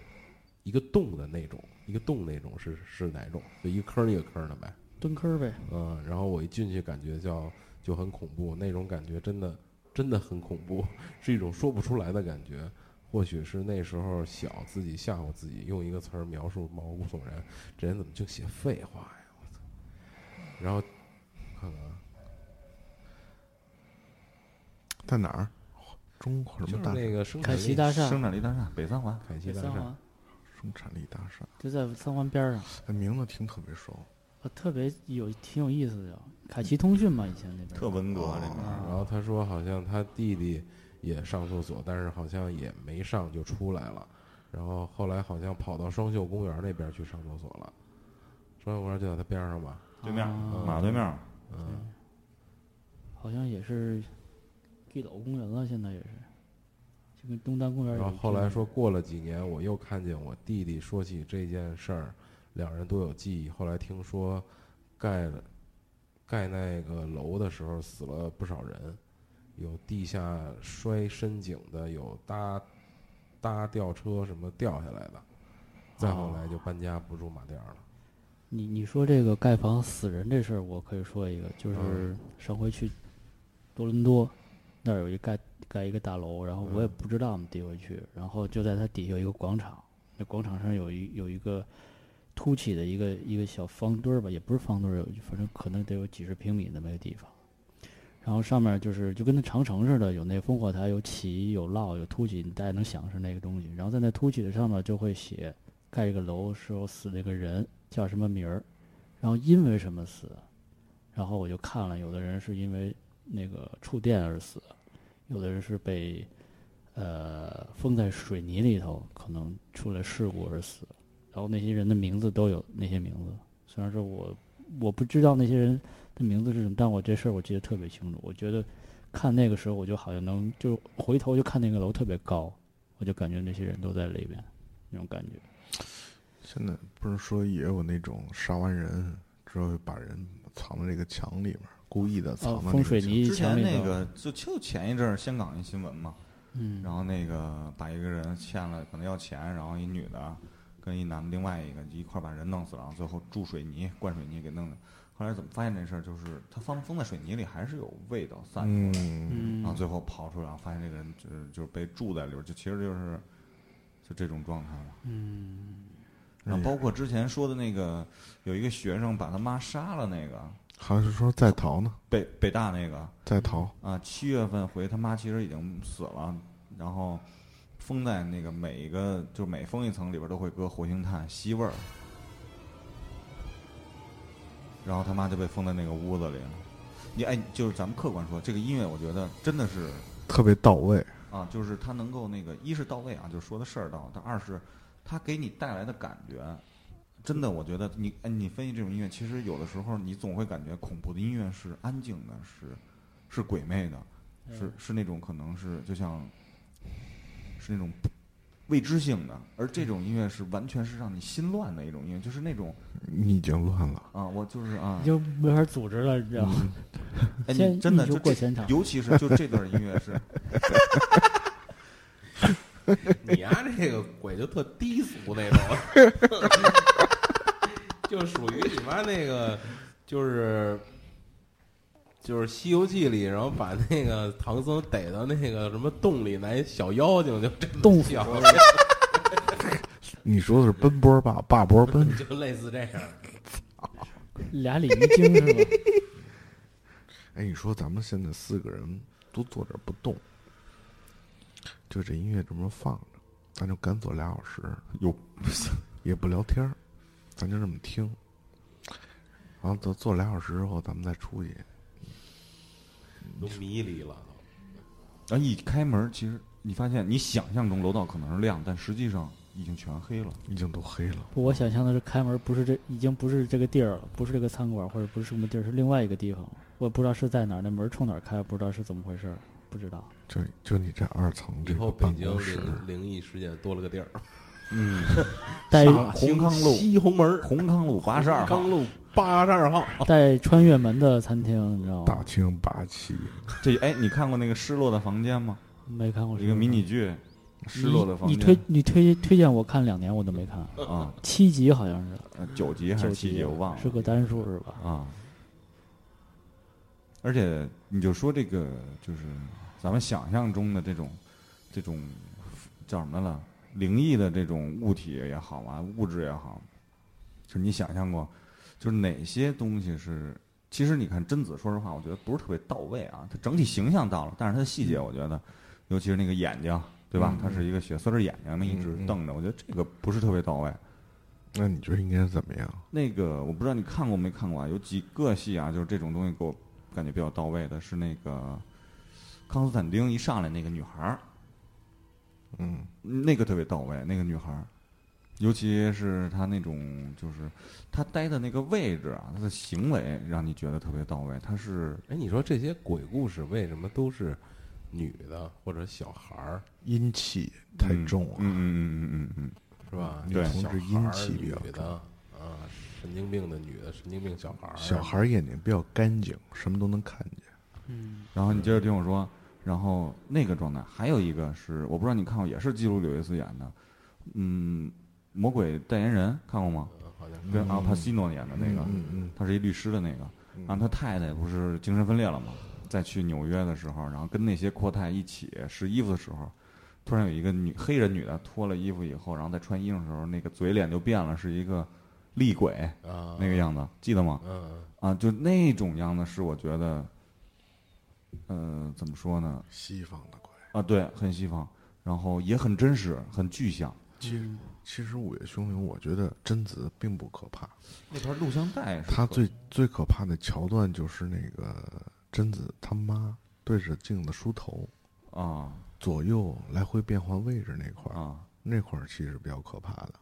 Speaker 1: 一个洞的那种，一个洞那种是是哪种？就一个坑儿一个坑儿的呗。
Speaker 5: 蹲坑儿呗。
Speaker 1: 嗯，然后我一进去，感觉叫就很恐怖，那种感觉真的真的很恐怖， 是一种说不出来的感觉。或许是那时候小，自己吓唬自己，用一个词儿描述毛骨悚然。这人怎么就写废话呀？我操！然后看看啊，
Speaker 4: 在哪儿？中国什
Speaker 1: 就
Speaker 4: 么
Speaker 1: 是
Speaker 4: 大
Speaker 1: 那个生
Speaker 5: 凯
Speaker 1: 产
Speaker 5: 奇
Speaker 1: 力
Speaker 5: 大厦
Speaker 3: 生，产力大厦，北三环。
Speaker 1: 凯奇
Speaker 5: 北
Speaker 1: 大
Speaker 5: 三
Speaker 1: 厦，
Speaker 5: 环
Speaker 4: 生产力大厦？
Speaker 5: 就在三环边儿上，
Speaker 4: 那名字听特别熟，
Speaker 5: 我特别有挺有意思的，凯奇通讯嘛，以前那边儿
Speaker 3: 特文革那边儿，
Speaker 1: 哦然后他说好像他弟弟也上厕所，但是好像也没上就出来了，然后后来好像跑到双秀公园那边去上厕所了，双秀公园就在他边上吧，
Speaker 3: 对面
Speaker 5: 啊
Speaker 3: 马对面儿，
Speaker 1: 嗯，
Speaker 5: 好像也是地老公园了，现在也是，就跟东单公园。
Speaker 1: 然后后来说，过了几年，我又看见我弟弟说起这件事儿，两人都有记忆。后来听说盖了盖那个楼的时候死了不少人，有地下摔深井的，有搭搭吊车什么掉下来的，再后来就搬家不住马甸儿了。
Speaker 5: 你你说这个盖房死人这事儿，我可以说一个，就是
Speaker 1: 嗯
Speaker 5: 上回去多伦多那儿有一盖盖一个大楼，然后我也不知道嘛，第一回去，然后就在它底下有一个广场，那广场上有一有一个凸起的一个一个小方墩儿吧，也不是方墩儿，有反正可能得有几十平米那么一个地方。然后上面就是就跟那长城似的，有那烽火台，有起有落有凸起，大家能想是那个东西。然后在那凸起的上面就会写盖一个楼时候死那个人叫什么名儿，然后因为什么死，然后我就看了，有的人是因为那个触电而死，有的人是被呃封在水泥里头，可能出了事故而死，然后那些人的名字都有那些名字，虽然说我我不知道那些人的名字是什么，但我这事儿我记得特别清楚，我觉得看那个时候我就好像能就回头就看那个楼特别高，我就感觉那些人都在里边那种感觉。
Speaker 4: 现在不是说也有那种杀完人之后把人藏在这个墙里面，故意的藏
Speaker 5: 哦，
Speaker 4: 在那
Speaker 5: 风
Speaker 4: 个
Speaker 5: 水
Speaker 4: 墙
Speaker 5: 泥
Speaker 3: 之
Speaker 5: 墙
Speaker 3: 前
Speaker 5: 里
Speaker 3: 那
Speaker 5: 头，
Speaker 3: 个就就前一阵儿香港一新闻嘛，
Speaker 5: 嗯，
Speaker 3: 然后那个把一个人欠了可能要钱，然后一女的跟一男的另外一个一块儿把人弄死了，然后最后注水泥灌水泥给弄的。后来怎么发现这事儿？就是他放封在水泥里还是有味道散出来
Speaker 4: 嗯，
Speaker 5: 嗯
Speaker 3: 然后最后刨出来，然后发现这个人就是就是被住在里边儿，就其实就是就这种状态嘛。
Speaker 5: 嗯，
Speaker 4: 哎
Speaker 3: 然后包括之前说的那个，有一个学生把他妈杀了，那个
Speaker 4: 还是说在逃呢，
Speaker 3: 北北大那个
Speaker 4: 在逃，
Speaker 3: 啊，七月份回他妈其实已经死了，然后封在那个每一个就每封一层里边都会搁活性炭吸味儿，然后他妈就被封在那个屋子里了。你哎，就是咱们客观说，这个音乐我觉得真的是
Speaker 4: 特别到位，
Speaker 3: 啊，就是他能够那个一是到位啊，就是说的事儿到，但二是他给你带来的感觉，真的，我觉得你哎，你分析这种音乐，其实有的时候你总会感觉恐怖的音乐是安静的，是是鬼魅的，
Speaker 5: 嗯
Speaker 3: 是是那种可能是就像是那种未知性的，而这种音乐是完全是让你心乱的一种音乐，就是那种
Speaker 4: 你已经乱了。
Speaker 3: 啊，我就是啊
Speaker 5: 你，嗯就没法组织了，你知道吗？
Speaker 3: 哎，
Speaker 5: 先
Speaker 3: 你真的
Speaker 5: 你就
Speaker 3: 就
Speaker 5: 过啊
Speaker 3: 这
Speaker 5: 全场
Speaker 3: 尤其是就这段音乐是，
Speaker 1: 你丫、这个鬼就特低俗那种， 就属于你妈那个，就是就是《西游记》里，然后把那个唐僧逮到那个什么洞里来小妖精，就这么
Speaker 5: 洞
Speaker 1: 小，
Speaker 4: 你说的是奔波霸，霸波奔，
Speaker 1: 就类似这样。
Speaker 5: 俩鲤鱼精是吧？
Speaker 4: 哎，你说咱们现在四个人都坐这儿不动，就这音乐这么放着，咱就敢坐俩小时，
Speaker 3: 哟，
Speaker 4: 也不聊天儿，咱就这么听。然后坐坐俩小时之后，咱们再出去。
Speaker 1: 都迷离了。
Speaker 3: 然后一开门，其实你发现你想象中楼道可能是亮，但实际上已经全黑了。
Speaker 4: 已经都黑了，
Speaker 5: 不 我想象的是开门不是这，已经不是这个地儿了，不是这个餐馆或者不是什么地儿，是另外一个地方。我也不知道是在哪儿，那门冲哪儿开，不知道是怎么回事儿，不知道。
Speaker 4: 就就你这二层
Speaker 1: 以
Speaker 4: 这
Speaker 1: 后
Speaker 4: 个
Speaker 1: 北
Speaker 4: 办
Speaker 1: 京
Speaker 4: 公室，
Speaker 1: 灵灵异事件多了个地儿，
Speaker 3: 嗯，
Speaker 5: 带
Speaker 3: 红康路
Speaker 1: 西红门
Speaker 3: 红康路八十二号
Speaker 1: 康，路八十二号，
Speaker 5: 带穿越门的餐厅，你知道
Speaker 4: 大
Speaker 5: 吗？
Speaker 4: 清八气，
Speaker 3: 这哎，你看过那个《失落的房间》吗？
Speaker 5: 没看过
Speaker 3: 一个迷你剧《失落的房
Speaker 5: 你
Speaker 3: 间》
Speaker 5: 推你推推荐我看两年，我都没看，
Speaker 3: 啊，
Speaker 5: 七集好像是，
Speaker 3: 呃九集还
Speaker 5: 九
Speaker 3: 是七集我忘了
Speaker 5: 是个单数是吧？
Speaker 3: 啊。而且你就说这个，就是咱们想象中的这种这种叫什么了，灵异的这种物体也好啊，物质也好，就是你想象过，就是哪些东西是？其实你看贞子，说实话，我觉得不是特别到位啊。它整体形象到了，但是它的细节，
Speaker 4: 嗯
Speaker 3: 我觉得，尤其是那个眼睛，对吧？它是一个血丝儿眼睛嘛，一直
Speaker 4: 嗯嗯
Speaker 3: 瞪着，我觉得这个不是特别到位。
Speaker 4: 那你觉得应该怎么样？
Speaker 3: 那个我不知道你看过没看过啊，有几个戏啊，就是这种东西给我感觉比较到位的，是那个康斯坦丁一上来那个女孩儿，
Speaker 4: 嗯，
Speaker 3: 那个特别到位，那个女孩儿，尤其是她那种就是她待的那个位置啊，她的行为让你觉得特别到位，她是
Speaker 1: 哎，你说这些鬼故事为什么都是女的或者小孩儿
Speaker 4: 阴气太重啊了，
Speaker 3: 嗯嗯嗯嗯嗯
Speaker 1: 是吧？
Speaker 4: 对
Speaker 1: 小
Speaker 4: 同志
Speaker 1: 孩儿
Speaker 4: 阴气比较
Speaker 1: 女的啊，神经病的女的，神经病小孩儿，
Speaker 4: 小孩儿眼睛比较干净，什么都能看见。
Speaker 5: 嗯
Speaker 3: 嗯，，然后你接着听我说，然然后那个状态，还有一个是我不知道你看过，也是基鲁纽维斯演的，嗯，魔鬼代言人看过吗？
Speaker 1: 嗯好像
Speaker 3: 跟阿帕西诺演的那个，
Speaker 4: 嗯嗯
Speaker 3: 他是一律师的那个，
Speaker 4: 嗯
Speaker 3: 然后他太太不是精神分裂了吗？在去纽约的时候，然后跟那些阔太一起试衣服的时候，突然有一个女黑人女的脱了衣服以后，然后在穿衣服的时候，那个嘴脸就变了，是一个厉鬼
Speaker 1: 啊
Speaker 3: 那个样子，记得吗？
Speaker 1: 嗯
Speaker 3: 啊，就那种样子是我觉得，呃，怎么说呢？
Speaker 4: 西方的怪。
Speaker 3: 啊，对，很西方，然后也很真实，很具象。
Speaker 4: 其实其实午夜凶铃，我觉得贞子并不可怕，
Speaker 3: 那盘录像带是
Speaker 4: 她最最可怕的桥段就是那个贞子他妈对着镜子梳头，
Speaker 3: 啊
Speaker 4: 左右来回变换位置那块儿，
Speaker 3: 啊
Speaker 4: 那块儿其实比较可怕的。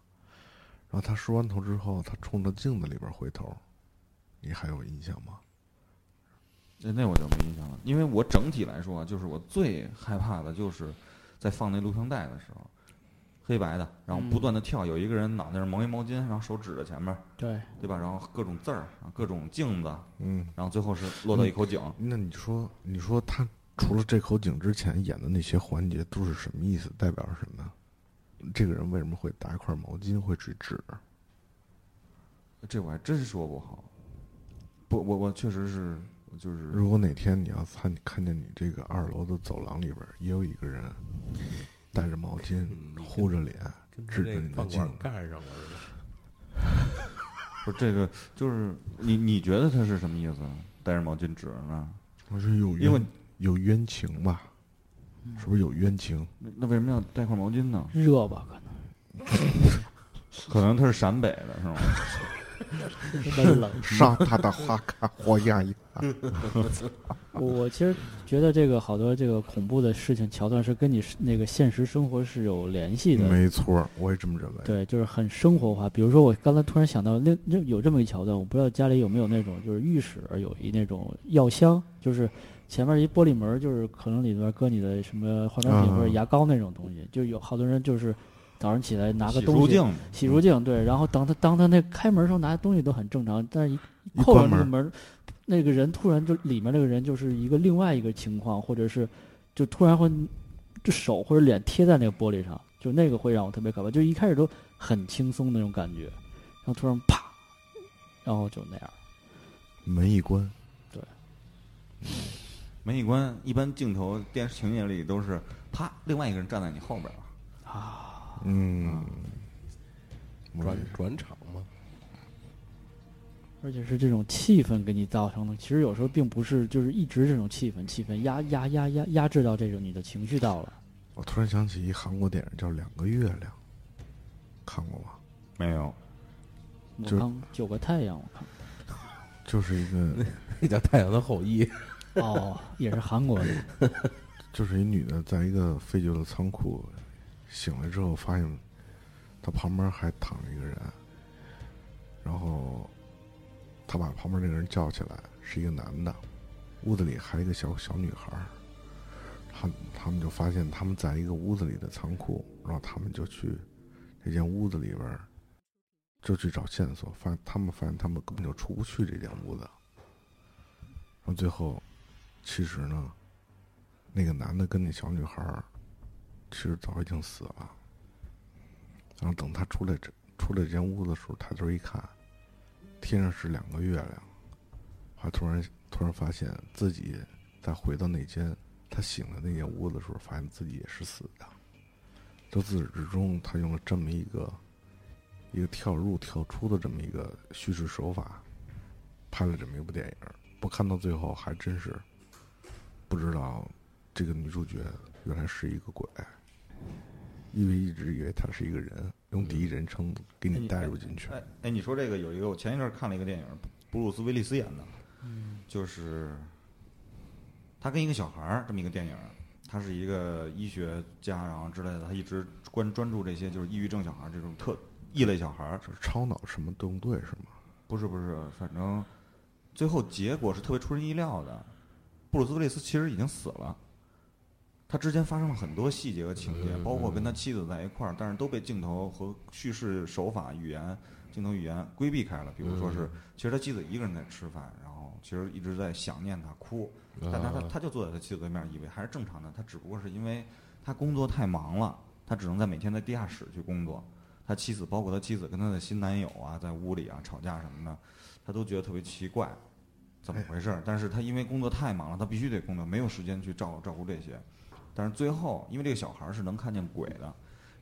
Speaker 4: 然后她梳完头之后，她冲着镜子里边回头，你还有印象吗？
Speaker 3: 那那我就没印象了，因为我整体来说啊，就是我最害怕的就是在放那录像带的时候，黑白的，然后不
Speaker 5: 嗯
Speaker 3: 断的跳，有一个人脑袋上蒙一毛巾，然后手指着前面，
Speaker 5: 对，
Speaker 3: 对吧？然后各种字儿，啊各种镜子，
Speaker 4: 嗯，
Speaker 3: 然后最后是落到一口井。
Speaker 4: 那你说，你说她除了这口井之前演的那些环节都是什么意思？代表什么？这个人为什么会打一块毛巾，会去指？
Speaker 3: 这我还真说不好，不，我我确实是就是
Speaker 4: 如果哪天你要看看见你这个二楼的走廊里边儿也有一个人戴着毛巾护着脸，
Speaker 1: 跟
Speaker 4: 指着
Speaker 1: 那个
Speaker 4: 你的
Speaker 1: 饭
Speaker 4: 镜
Speaker 1: 馆
Speaker 4: 子，
Speaker 1: 干上了是吧？
Speaker 3: 不是这个，就是你你觉得他是什么意思？戴着毛巾指着那儿，
Speaker 4: 我说有
Speaker 3: 因为
Speaker 4: 冤有冤情吧？是不是有冤情？
Speaker 3: 那那为什么要带块毛巾呢？
Speaker 5: 热吧可 能
Speaker 3: 可能他是陕北的，是吗？
Speaker 5: 闷冷。
Speaker 4: 沙塔达花卡花亚一，
Speaker 5: 我我其实觉得这个好多这个恐怖的事情桥段是跟你是那个现实生活是有联系的，
Speaker 4: 没错儿，我也这么认为。
Speaker 5: 对，就是很生活化。比如说，我刚才突然想到，那那有这么一桥段，我不知道家里有没有那种，就是浴室有一那种药箱，就是前面一玻璃门儿，就是可能里边搁你的什么化妆品或者
Speaker 4: 嗯
Speaker 5: 牙膏那种东西，就有好多人就是早上起来拿个
Speaker 3: 洗
Speaker 5: 东
Speaker 3: 漱
Speaker 5: 西。
Speaker 3: 镜，
Speaker 5: 洗漱镜，对，然后当他当他那开门的时候拿东西都很正常，但是一
Speaker 4: 一
Speaker 5: 扣上
Speaker 4: 关
Speaker 5: 那个
Speaker 4: 门
Speaker 5: 门儿，那个人突然就里面那个人就是一个另外一个情况，或者是就突然会这手或者脸贴在那个玻璃上，就那个会让我特别可怕，就一开始都很轻松那种感觉，然后突然啪，然后就那样。
Speaker 4: 门一关，
Speaker 3: 门一关，一般镜头电视情节里都是啪，另外一个人站在你后边儿，
Speaker 4: 嗯，我也
Speaker 1: 转
Speaker 4: 是
Speaker 1: 转场嘛，
Speaker 5: 而且是这种气氛给你造成的，其实有时候并不是就是一直这种气氛，气氛压压压压压制到这种你的情绪到了，
Speaker 4: 我突然想起一韩国电影叫《两个月亮》，看过吗？
Speaker 3: 没有
Speaker 5: 我
Speaker 4: 就是
Speaker 5: 看九个太阳，我看。
Speaker 4: 就是一个
Speaker 1: 那叫《太阳的后裔》。
Speaker 5: 哦， 也是韩国的，
Speaker 4: 就是一女的在一个废旧的仓库醒来之后，发现她旁边还躺着一个人，然后她把旁边那个人叫起来，是一个男的，屋子里还有一个小小女孩儿，他他们就发现他们在一个屋子里的仓库，然后他们就去这间屋子里边儿就去找线索，发现他们发现他们根本就出不去这间屋子，然后最后其实呢。那个男的跟那小女孩儿，其实早已经死了。然后等他出来这出来这间屋子的时候，抬头一看，天上是两个月亮，还突然突然发现自己再回到那间他醒的那间屋子的时候，发现自己也是死的。就自始至终，他用了这么一个一个跳入跳出的这么一个叙事手法，拍了这么一部电影儿。不看到最后，还真是不知道这个女主角原来是一个鬼，因为一直以为她是一个人，用第一人称给你带入进去。
Speaker 3: 哎哎，你说这个有一个，我前一阵儿看了一个电影，布鲁斯威利斯演的，就是他跟一个小孩儿这么一个电影，他是一个医学家，然后之类的，他一直关专注这些就是抑郁症小孩儿这种特异类小孩儿，
Speaker 4: 这是超脑什么动对是吗？
Speaker 3: 不是不是，反正最后结果是特别出人意料的。布鲁斯·威利斯其实已经死了，他之前发生了很多细节和情节，包括跟他妻子在一块儿，但是都被镜头和叙事手法、语言、镜头语言规避开了。比如说是，其实他妻子一个人在吃饭，然后其实一直在想念他，哭，但他
Speaker 4: 啊
Speaker 3: 他他就坐在他妻子对面，以为还是正常的，他只不过是因为他工作太忙了，他只能在每天在地下室去工作，他妻子包括他妻子跟他的新男友啊，在屋里啊吵架什么的，他都觉得特别奇怪，怎么回事儿？但是他因为工作太忙了，他必须得工作，没有时间去照照顾这些。但是最后，因为这个小孩儿是能看见鬼的，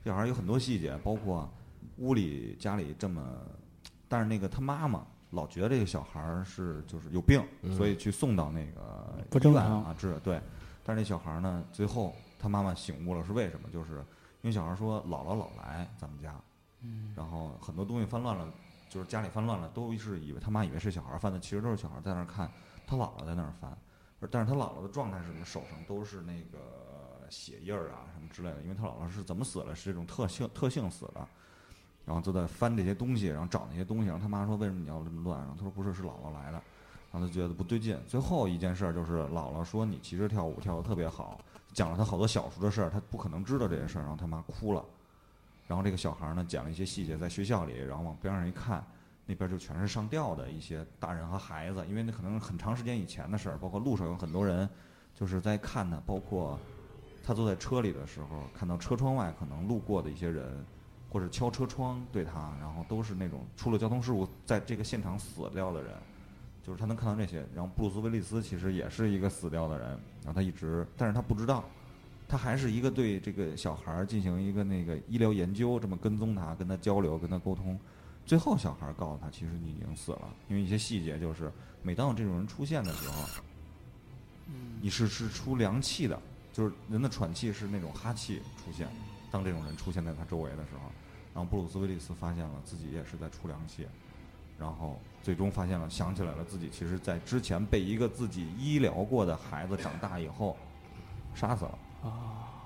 Speaker 3: 这小孩儿有很多细节，包括屋里家里这么，但是那个他妈妈老觉得这个小孩儿是就是有病，
Speaker 1: 嗯
Speaker 3: 所以去送到那个
Speaker 5: 不
Speaker 3: 医
Speaker 5: 正
Speaker 3: 院
Speaker 5: 常
Speaker 3: 啊治对。但是那小孩儿呢，最后他妈妈醒悟了，是为什么？就是因为小孩儿说姥姥老来咱们家，
Speaker 5: 嗯，
Speaker 3: 然后很多东西翻乱了，就是家里翻乱了，都是以为他妈以为是小孩儿翻的，其实都是小孩儿在那儿看，他姥姥在那儿翻，而但是他姥姥的状态是什么？手上都是那个血印儿啊什么之类的，因为他姥姥是怎么死了？是这种特性特性死的，然后就在翻这些东西，然后找那些东西，然后他妈说为什么你要这么乱？然后他说不是，是姥姥来的。然后他觉得不对劲。最后一件事儿就是姥姥说你其实跳舞跳得特别好，讲了他好多小时候的事儿，他不可能知道这些事儿，然后他妈哭了。然后这个小孩儿呢讲了一些细节，在学校里，然后往边上一看，那边就全是上吊的一些大人和孩子，因为那可能很长时间以前的事儿，包括路上有很多人就是在看他，包括他坐在车里的时候，看到车窗外可能路过的一些人，或者敲车窗对他，然后都是那种出了交通事故，在这个现场死掉的人，就是他能看到这些。然后布鲁斯威利斯其实也是一个死掉的人，然后他一直，但是他不知道，他还是一个对这个小孩儿进行一个那个医疗研究，这么跟踪他，跟他交流，跟他沟通。最后，小孩儿告诉他，其实你已经死了，因为一些细节就是，每当有这种人出现的时候，你是是出凉气的，就是人的喘气是那种哈气出现。当这种人出现在他周围的时候，然后布鲁斯威利斯发现了自己也是在出凉气，然后最终发现了，想起来了自己其实在之前被一个自己医疗过的孩子长大以后杀死了。
Speaker 5: 啊，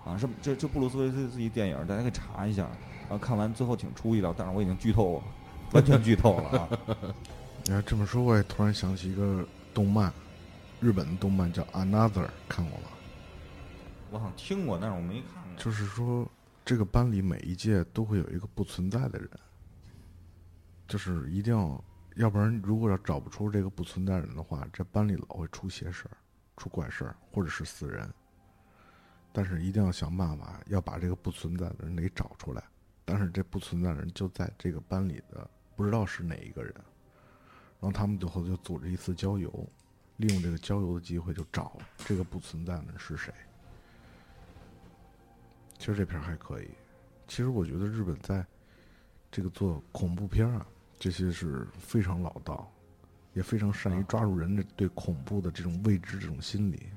Speaker 3: 啊，是这这布鲁斯威利斯自己电影，大家可以查一下。啊，看完最后挺出乎意料，但是我已经剧透了，完全剧透了啊。
Speaker 4: 你要这么说，我也突然想起一个动漫，日本的动漫叫《Another》，看过吗？
Speaker 3: 我好像听过，但是我没看过。
Speaker 4: 就是说，这个班里每一届都会有一个不存在的人，就是一定要，要不然如果要找不出这个不存在人的话，这班里老会出邪事儿、出怪事儿，或者是死人。但是一定要想办法要把这个不存在的人给找出来，但是这不存在的人就在这个班里的不知道是哪一个人，然后他们最后就组织一次郊游，利用这个郊游的机会就找这个不存在的人是谁。其实这片儿还可以。其实我觉得日本在这个做恐怖片儿啊，这些是非常老道，也非常善于抓住人的对恐怖的这种未知这种心理。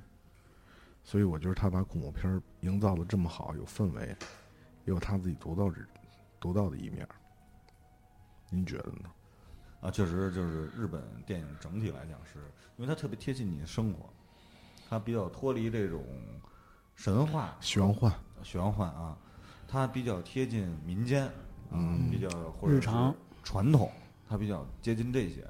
Speaker 4: 所以我觉得他把恐怖片儿营造的这么好，有氛围，也有他自己独到之独到的一面儿。您觉得呢？
Speaker 3: 啊，确实就是日本电影整体来讲是，因为它特别贴近你的生活，它比较脱离这种神话
Speaker 4: 玄幻，
Speaker 3: 玄幻啊，它比较贴近民间，嗯，比较或者
Speaker 5: 日常
Speaker 3: 是传统，它比较接近这些。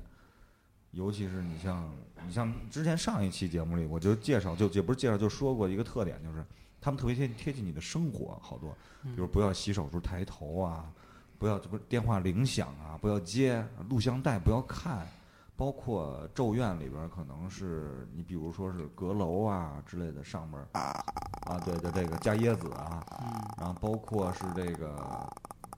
Speaker 3: 尤其是你像你像之前上一期节目里，我就介绍就也不是介绍，就说过一个特点，就是他们特别贴贴近你的生活，好多，
Speaker 5: 嗯
Speaker 3: 比如不要洗手时候抬头啊，不要不是电话铃响啊，不要接，录像带不要看，包括咒怨里边儿可能是你比如说是阁楼啊之类的上面儿啊，对对，这个加椰子啊，
Speaker 5: 嗯
Speaker 3: 然后包括是这个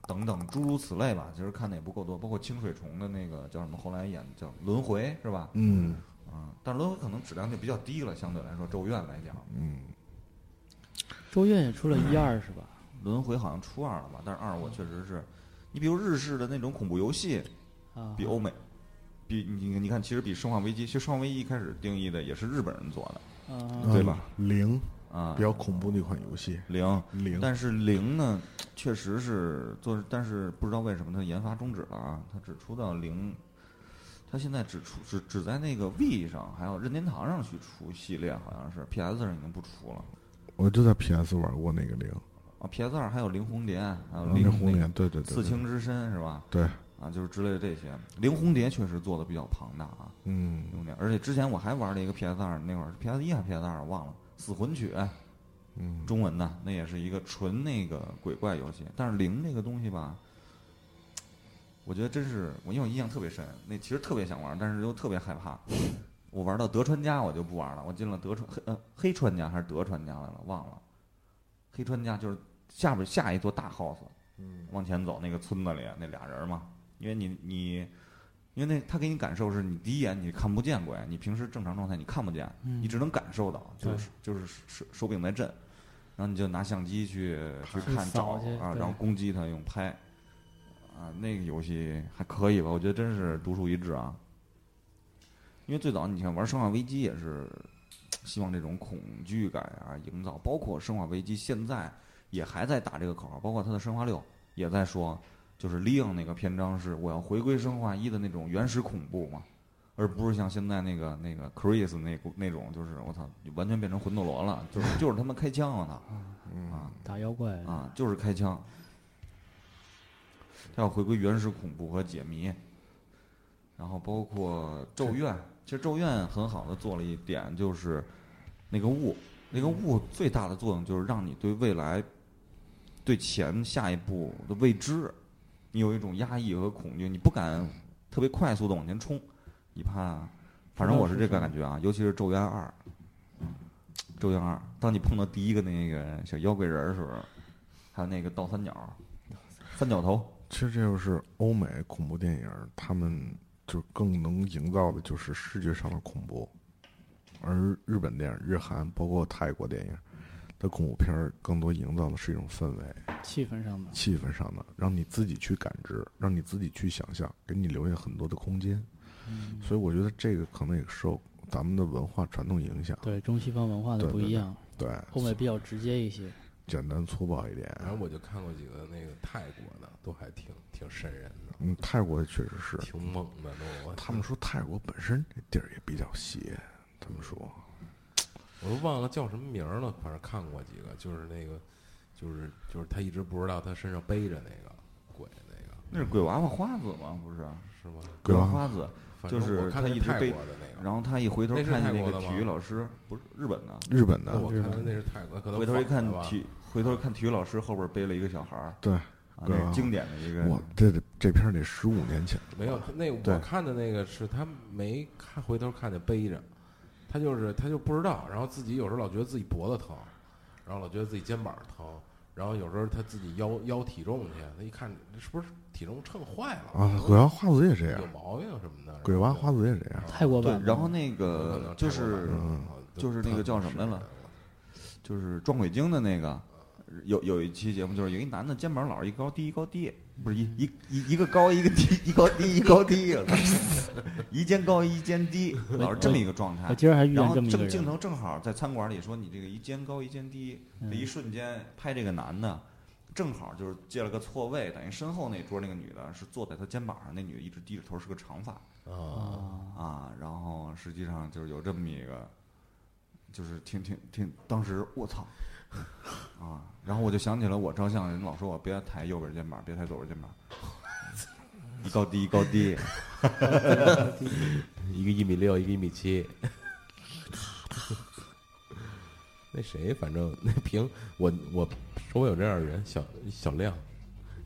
Speaker 3: 等等诸如此类吧，其实看的也不够多，包括清水虫的那个叫什么，后来演叫轮回是吧？
Speaker 4: 嗯
Speaker 3: 嗯，但轮回可能质量就比较低了，相对来说咒怨来讲，
Speaker 4: 嗯，
Speaker 5: 周院也出了一二是吧？
Speaker 3: 轮回好像初二了吧，但是二我确实是，嗯你比如日式的那种恐怖游戏，
Speaker 5: 啊，
Speaker 3: 比欧美，比你你看，其实比《生化危机》，其实《生化危机》一开始定义的也是日本人做的
Speaker 5: 啊，
Speaker 3: 对吧？
Speaker 4: 嗯零
Speaker 3: 啊
Speaker 4: 比，较恐怖的一款游戏，
Speaker 3: 零。
Speaker 4: 零。
Speaker 3: 但是零呢，确实是做，但是不知道为什么它研发终止了啊，它只出到零，它现在只出只只在那个 V 上还有任天堂上去出系列，好像是 PS 上已经不出了
Speaker 4: 我就在 PS 玩过那个零，
Speaker 3: 啊，PS 二还有零红蝶，还有
Speaker 4: 然后
Speaker 3: 零
Speaker 4: 那红
Speaker 3: 那个
Speaker 4: 莲，对对对，
Speaker 3: 刺青之身是吧？
Speaker 4: 对，
Speaker 3: 啊，就是之类的这些，零红蝶确实做的比较庞大啊，
Speaker 4: 嗯，
Speaker 3: 零红蝶，而且之前我还玩了一个 PS 二，那会儿 PS 一还是 PS 二忘了，死魂曲，
Speaker 4: 嗯，
Speaker 3: 中文的，那也是一个纯那个鬼怪游戏。但是零这个东西吧，我觉得真是我因为我印象特别深，那其实特别想玩，但是又特别害怕。我玩到德川家，我就不玩了，我进了德川黑呃黑川家还是德川家来了，忘了。黑川家就是下边下一座大 house，
Speaker 4: 嗯
Speaker 3: 往前走那个村子里啊那俩人嘛，因为你你，因为那他给你感受是你第一眼你看不见鬼，你平时正常状态你看不见，
Speaker 5: 嗯
Speaker 3: 你只能感受到，
Speaker 5: 对
Speaker 3: 就是就是手手柄在震，然后你就拿相机去去
Speaker 5: 去
Speaker 3: 看找
Speaker 5: 扫去
Speaker 3: 啊，
Speaker 5: 对
Speaker 3: 然后攻击他用拍，啊，那个游戏还可以吧？我觉得真是独树一帜啊。因为最早你看玩《生化危机》也是希望这种恐惧感啊营造，包括《生化危机》现在也还在打这个口号，包括它的《生化六》也在说，就是 Leon 那个篇章是我要回归《生化一》的那种原始恐怖嘛，而不是像现在那个那个 Chris 那股那种，就是我操，完全变成魂斗罗了，就是就是他妈开枪啊他
Speaker 4: 嗯
Speaker 3: 啊
Speaker 5: 打妖怪，
Speaker 3: 啊，就是开枪，他要回归原始恐怖和解谜，然后包括《咒怨》，其实《咒怨》很好的做了一点就是那个雾，那个雾最大的作用就是让你对未来、对前下一步的未知，你有一种压抑和恐惧，你不敢特别快速的往前冲，你怕，反正我是这个感觉啊，尤其是《咒怨二》。《咒怨二》，当你碰到第一个那个小妖怪人儿的时候，还有那个倒三角儿，三角头，
Speaker 4: 其实这就是欧美恐怖电影儿，他们就更能营造的就是视觉上的恐怖，而日本电影、日韩包括泰国电影的恐怖片儿，更多营造的是一种氛围、
Speaker 5: 气氛上
Speaker 3: 啊
Speaker 5: 的，
Speaker 4: 气氛上的，让你自己去感知，让你自己去想象，给你留下很多的空间。
Speaker 5: 嗯，
Speaker 4: 所以我觉得这个可能也受咱们的文化传统影响，
Speaker 5: 对中西方文化的
Speaker 4: 对
Speaker 5: 不
Speaker 4: 对
Speaker 5: 一样，
Speaker 4: 对，
Speaker 5: 欧美比较直接一些，
Speaker 4: 简单粗暴一点。
Speaker 1: 反正我就看过几个那个泰国的，都还挺挺瘆人的，
Speaker 4: 嗯，泰国确实是，
Speaker 1: 挺猛的都。我
Speaker 4: 他们说泰国本身这地儿也比较邪，他们说。
Speaker 1: 我都忘了叫什么名儿了，反正看过几个，就是那个，就是就是他一直不知道他身上背着那个鬼那个
Speaker 3: 那是鬼娃娃花子吗？不是，
Speaker 1: 是吗？
Speaker 4: 鬼
Speaker 3: 娃
Speaker 4: 娃
Speaker 3: 娃
Speaker 4: 娃
Speaker 3: 花子。
Speaker 1: 反正
Speaker 3: 就是
Speaker 1: 我看
Speaker 3: 他
Speaker 1: 的
Speaker 3: 一
Speaker 1: 是
Speaker 3: 直
Speaker 1: 泰
Speaker 3: 背
Speaker 1: 国的那个，
Speaker 3: 然后他一回头
Speaker 1: 那是
Speaker 3: 看见
Speaker 1: 泰
Speaker 3: 那
Speaker 1: 国
Speaker 3: 个
Speaker 1: 的
Speaker 3: 体
Speaker 1: 吗
Speaker 3: 育老师，不是日本的，
Speaker 4: 日本
Speaker 1: 那
Speaker 4: 的
Speaker 3: 哦
Speaker 1: 我看的那是泰国，可能
Speaker 3: 回头一看
Speaker 1: 反了吧
Speaker 3: 体，回头看体育老师后边背了一个小孩儿，
Speaker 4: 对
Speaker 3: 啊，
Speaker 4: 鬼
Speaker 3: 那
Speaker 4: 娃
Speaker 3: 是
Speaker 4: 娃
Speaker 3: 经典的一个。
Speaker 4: 我这得这片儿得十五年前，
Speaker 1: 没有那我
Speaker 4: 对
Speaker 1: 看的那个是他没看回头看见背着，他就是他就不知道，然后自己有时候老觉得自己脖子疼，然后老觉得自己肩膀疼，然后有时候他自己腰腰体重去，他一看这是不是体重秤坏了
Speaker 3: 哦
Speaker 4: 啊。鬼娃花子也这
Speaker 1: 有
Speaker 4: 样，
Speaker 1: 毛病什么的，
Speaker 4: 鬼娃花子也这样。
Speaker 5: 泰国
Speaker 3: 对
Speaker 5: 版，，
Speaker 3: 然后那
Speaker 1: 可
Speaker 3: 个
Speaker 1: 能
Speaker 3: 就
Speaker 1: 泰国版
Speaker 3: 是
Speaker 1: 的
Speaker 4: 嗯
Speaker 1: 好像
Speaker 3: 就是那个叫什么来了就是撞鬼精的那个，有有一期节目就是有一男的肩膀老是一高低一高低，不是一一一一个高一个低一高低一高 低，我操一肩高一肩低，老是这么一个状态
Speaker 4: 哎
Speaker 5: 我。今儿还遇
Speaker 3: 然
Speaker 5: 见
Speaker 3: 后
Speaker 5: 这么一个
Speaker 3: 正镜
Speaker 5: 人，
Speaker 3: 头正好在餐馆里说你这个一肩高一肩低，这一
Speaker 5: 嗯
Speaker 3: 瞬间拍这个男的，正好就是借了个错位，等于身后那桌那个女的是坐在他肩膀上，那女的一直低着头是个长发
Speaker 1: 啊，
Speaker 5: 啊，
Speaker 3: 啊，然后实际上就是有这么一个，就是挺挺挺，当时我操啊，然后我就想起了我照相人老说我别抬右边肩膀，别抬左边肩膀，一高低一高低，
Speaker 1: 一个一米六，一个一米七。那谁，反正那评我我周围有这样的人，小小亮，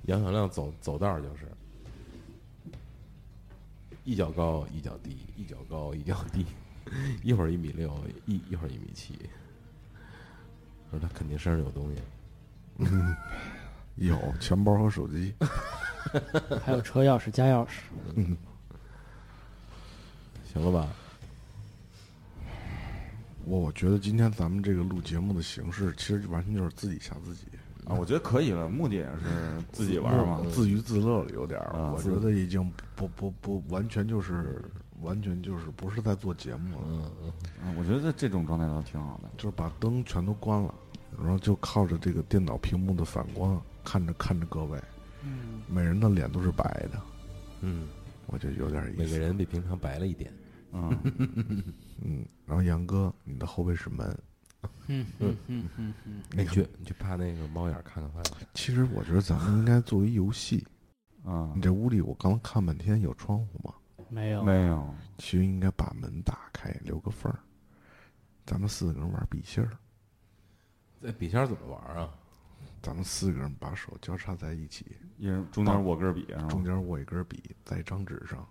Speaker 1: 杨小亮走走道儿就是一脚高一脚低，一脚高一脚低，一会儿一米六，一一会儿一米七。我说他肯定身上有东西，
Speaker 4: 有钱包和手机，
Speaker 5: 还有车钥匙、家钥匙，
Speaker 1: 行了吧？
Speaker 4: 我觉得今天咱们这个录节目的形式，其实完全就是自己吓自己，
Speaker 3: 啊，我觉得可以了，目的也是自己玩儿嘛，
Speaker 4: 自娱自乐了有点儿。
Speaker 3: 啊
Speaker 4: 我
Speaker 3: 自
Speaker 4: 觉得已经不不不完全就是完全就是不是在做节目了，
Speaker 3: 嗯，我觉得这种状态倒挺好的。
Speaker 4: 就是把灯全都关了，然后就靠着这个电脑屏幕的反光看着看着各位，
Speaker 5: 嗯，
Speaker 4: 每人的脸都是白的，
Speaker 1: 嗯，
Speaker 4: 我觉得有点意
Speaker 1: 每个
Speaker 4: 思。
Speaker 1: 人比平常白了一点。
Speaker 3: 嗯，
Speaker 4: 嗯，然后杨哥，你的后背是门。
Speaker 3: 嗯
Speaker 1: 你去你去怕那个猫眼儿看看它。
Speaker 4: 其实我觉得咱们应该做一游戏。
Speaker 3: 啊
Speaker 4: 你，这屋里我刚看半天有窗户吗？
Speaker 5: 没有，
Speaker 3: 没有，
Speaker 4: 其实应该把门打开，留个缝儿。咱们四个人玩笔芯儿，
Speaker 1: 这笔仙儿怎么玩儿啊？
Speaker 4: 咱们四个人把手交叉在一起，
Speaker 3: 一人中
Speaker 4: 哦
Speaker 3: 间我啊个笔是吧
Speaker 4: 中间握一根笔，在一张纸上，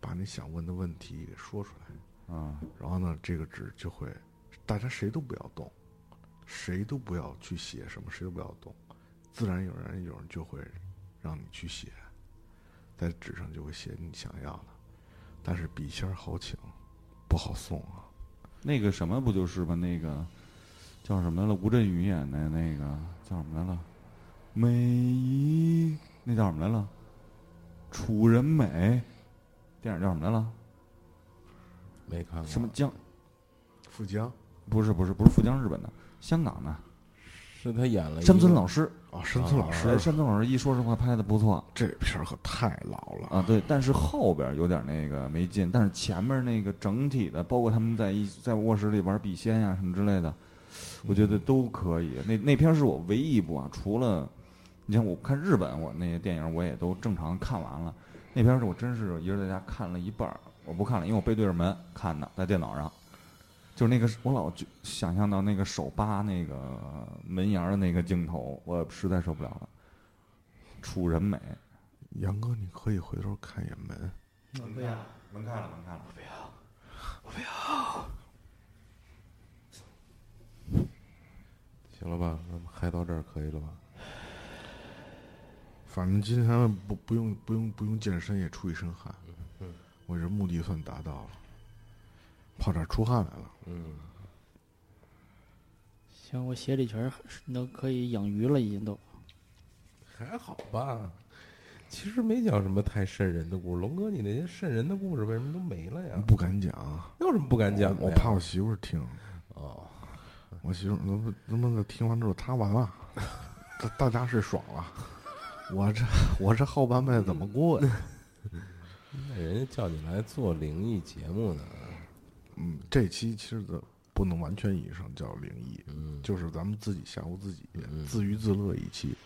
Speaker 4: 把你想问的问题给说出来。
Speaker 3: 啊
Speaker 4: 然后呢，这个纸就会，大家谁都不要动，谁都不要去写什么，谁都不要动，自然有人有人就会让你去写，在纸上就会写你想要的，但是笔仙儿好请，不好送啊。
Speaker 3: 那个什么不就是吗？那个叫什么来了？吴镇宇演的那个叫什么来了？美一那叫什么来了？楚人美，电影叫什么来了？
Speaker 1: 没看过
Speaker 3: 什么江？
Speaker 4: 富江
Speaker 3: 不是不是不是富江日本的，香港的
Speaker 1: 是他演了一
Speaker 3: 山村
Speaker 1: 个
Speaker 3: 老师。
Speaker 4: 啊，山村老
Speaker 3: 哎
Speaker 4: 师
Speaker 3: 山村老师一说实话拍的不错
Speaker 4: 这片儿可太老了
Speaker 3: 啊，对，但是后边有点那个没劲，但是前面那个整体的，包括他们在一在卧室里玩笔仙呀、什么之类的，我觉得都可以。那那片儿是我唯一一部啊，除了你像我看日本，我那些电影我也都正常看完了，那片儿是我真是一人在家看了一半儿，我不看了，因为我背对着门看的，在电脑上。就是那个，我老就想象到那个手扒那个门沿儿的那个镜头，我实在受不了了。楚人美，
Speaker 4: 杨哥，你可以回头看一眼门，
Speaker 5: 对呀、
Speaker 3: 门开了，门开了。不要，我
Speaker 1: 行了吧？咱们嗨到这儿可以了吧？
Speaker 4: 反正今天不不用不用不用健身也出一身汗，我这目的算达到了，跑这儿出汗来了。
Speaker 1: 嗯，
Speaker 5: 行，我鞋里全是都可以养鱼了，已经都。
Speaker 1: 还好吧。其实没讲什么太瘆人的故事，龙哥，你那些瘆人的故事为什么都没了呀？
Speaker 4: 不敢讲，
Speaker 1: 有什么不敢讲的
Speaker 4: 我
Speaker 1: 呀
Speaker 4: 怕我媳妇儿听。
Speaker 1: 哦，
Speaker 4: 我媳妇儿他他妈的听完之后，她完 了，大大家是爽了，我这我这后半辈子怎么过呀？
Speaker 1: 那人家叫你来做灵异节目呢，
Speaker 4: 嗯，这期其实的不能完全意义上叫灵异，
Speaker 1: 嗯，
Speaker 4: 就是咱们自己吓唬自己
Speaker 1: 嗯，
Speaker 4: 自娱自乐一期，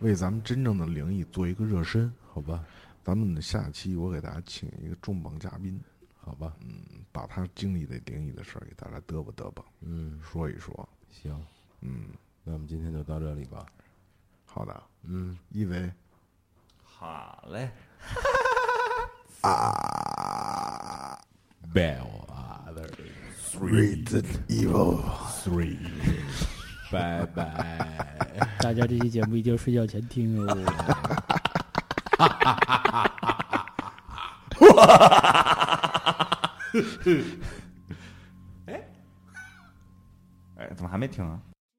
Speaker 4: 为咱们真正的灵异做一个热身。
Speaker 1: 好吧，
Speaker 4: 咱们的下期我给大家请一个重磅嘉宾，
Speaker 1: 好吧，
Speaker 4: 把他经历的灵异的事儿给大家嘚吧嘚吧
Speaker 1: 嗯，
Speaker 4: 说一说。
Speaker 1: 行，
Speaker 4: 嗯，
Speaker 1: 那我们今天就到这里吧，
Speaker 4: 好的，
Speaker 1: 嗯，
Speaker 4: 一维
Speaker 3: 好嘞。
Speaker 4: Ah,
Speaker 1: 拜我啊，
Speaker 4: Resident Evil。
Speaker 1: 拜拜。
Speaker 5: 大家这期节目一定要睡觉前听哦。
Speaker 3: 哎，怎么还没停啊？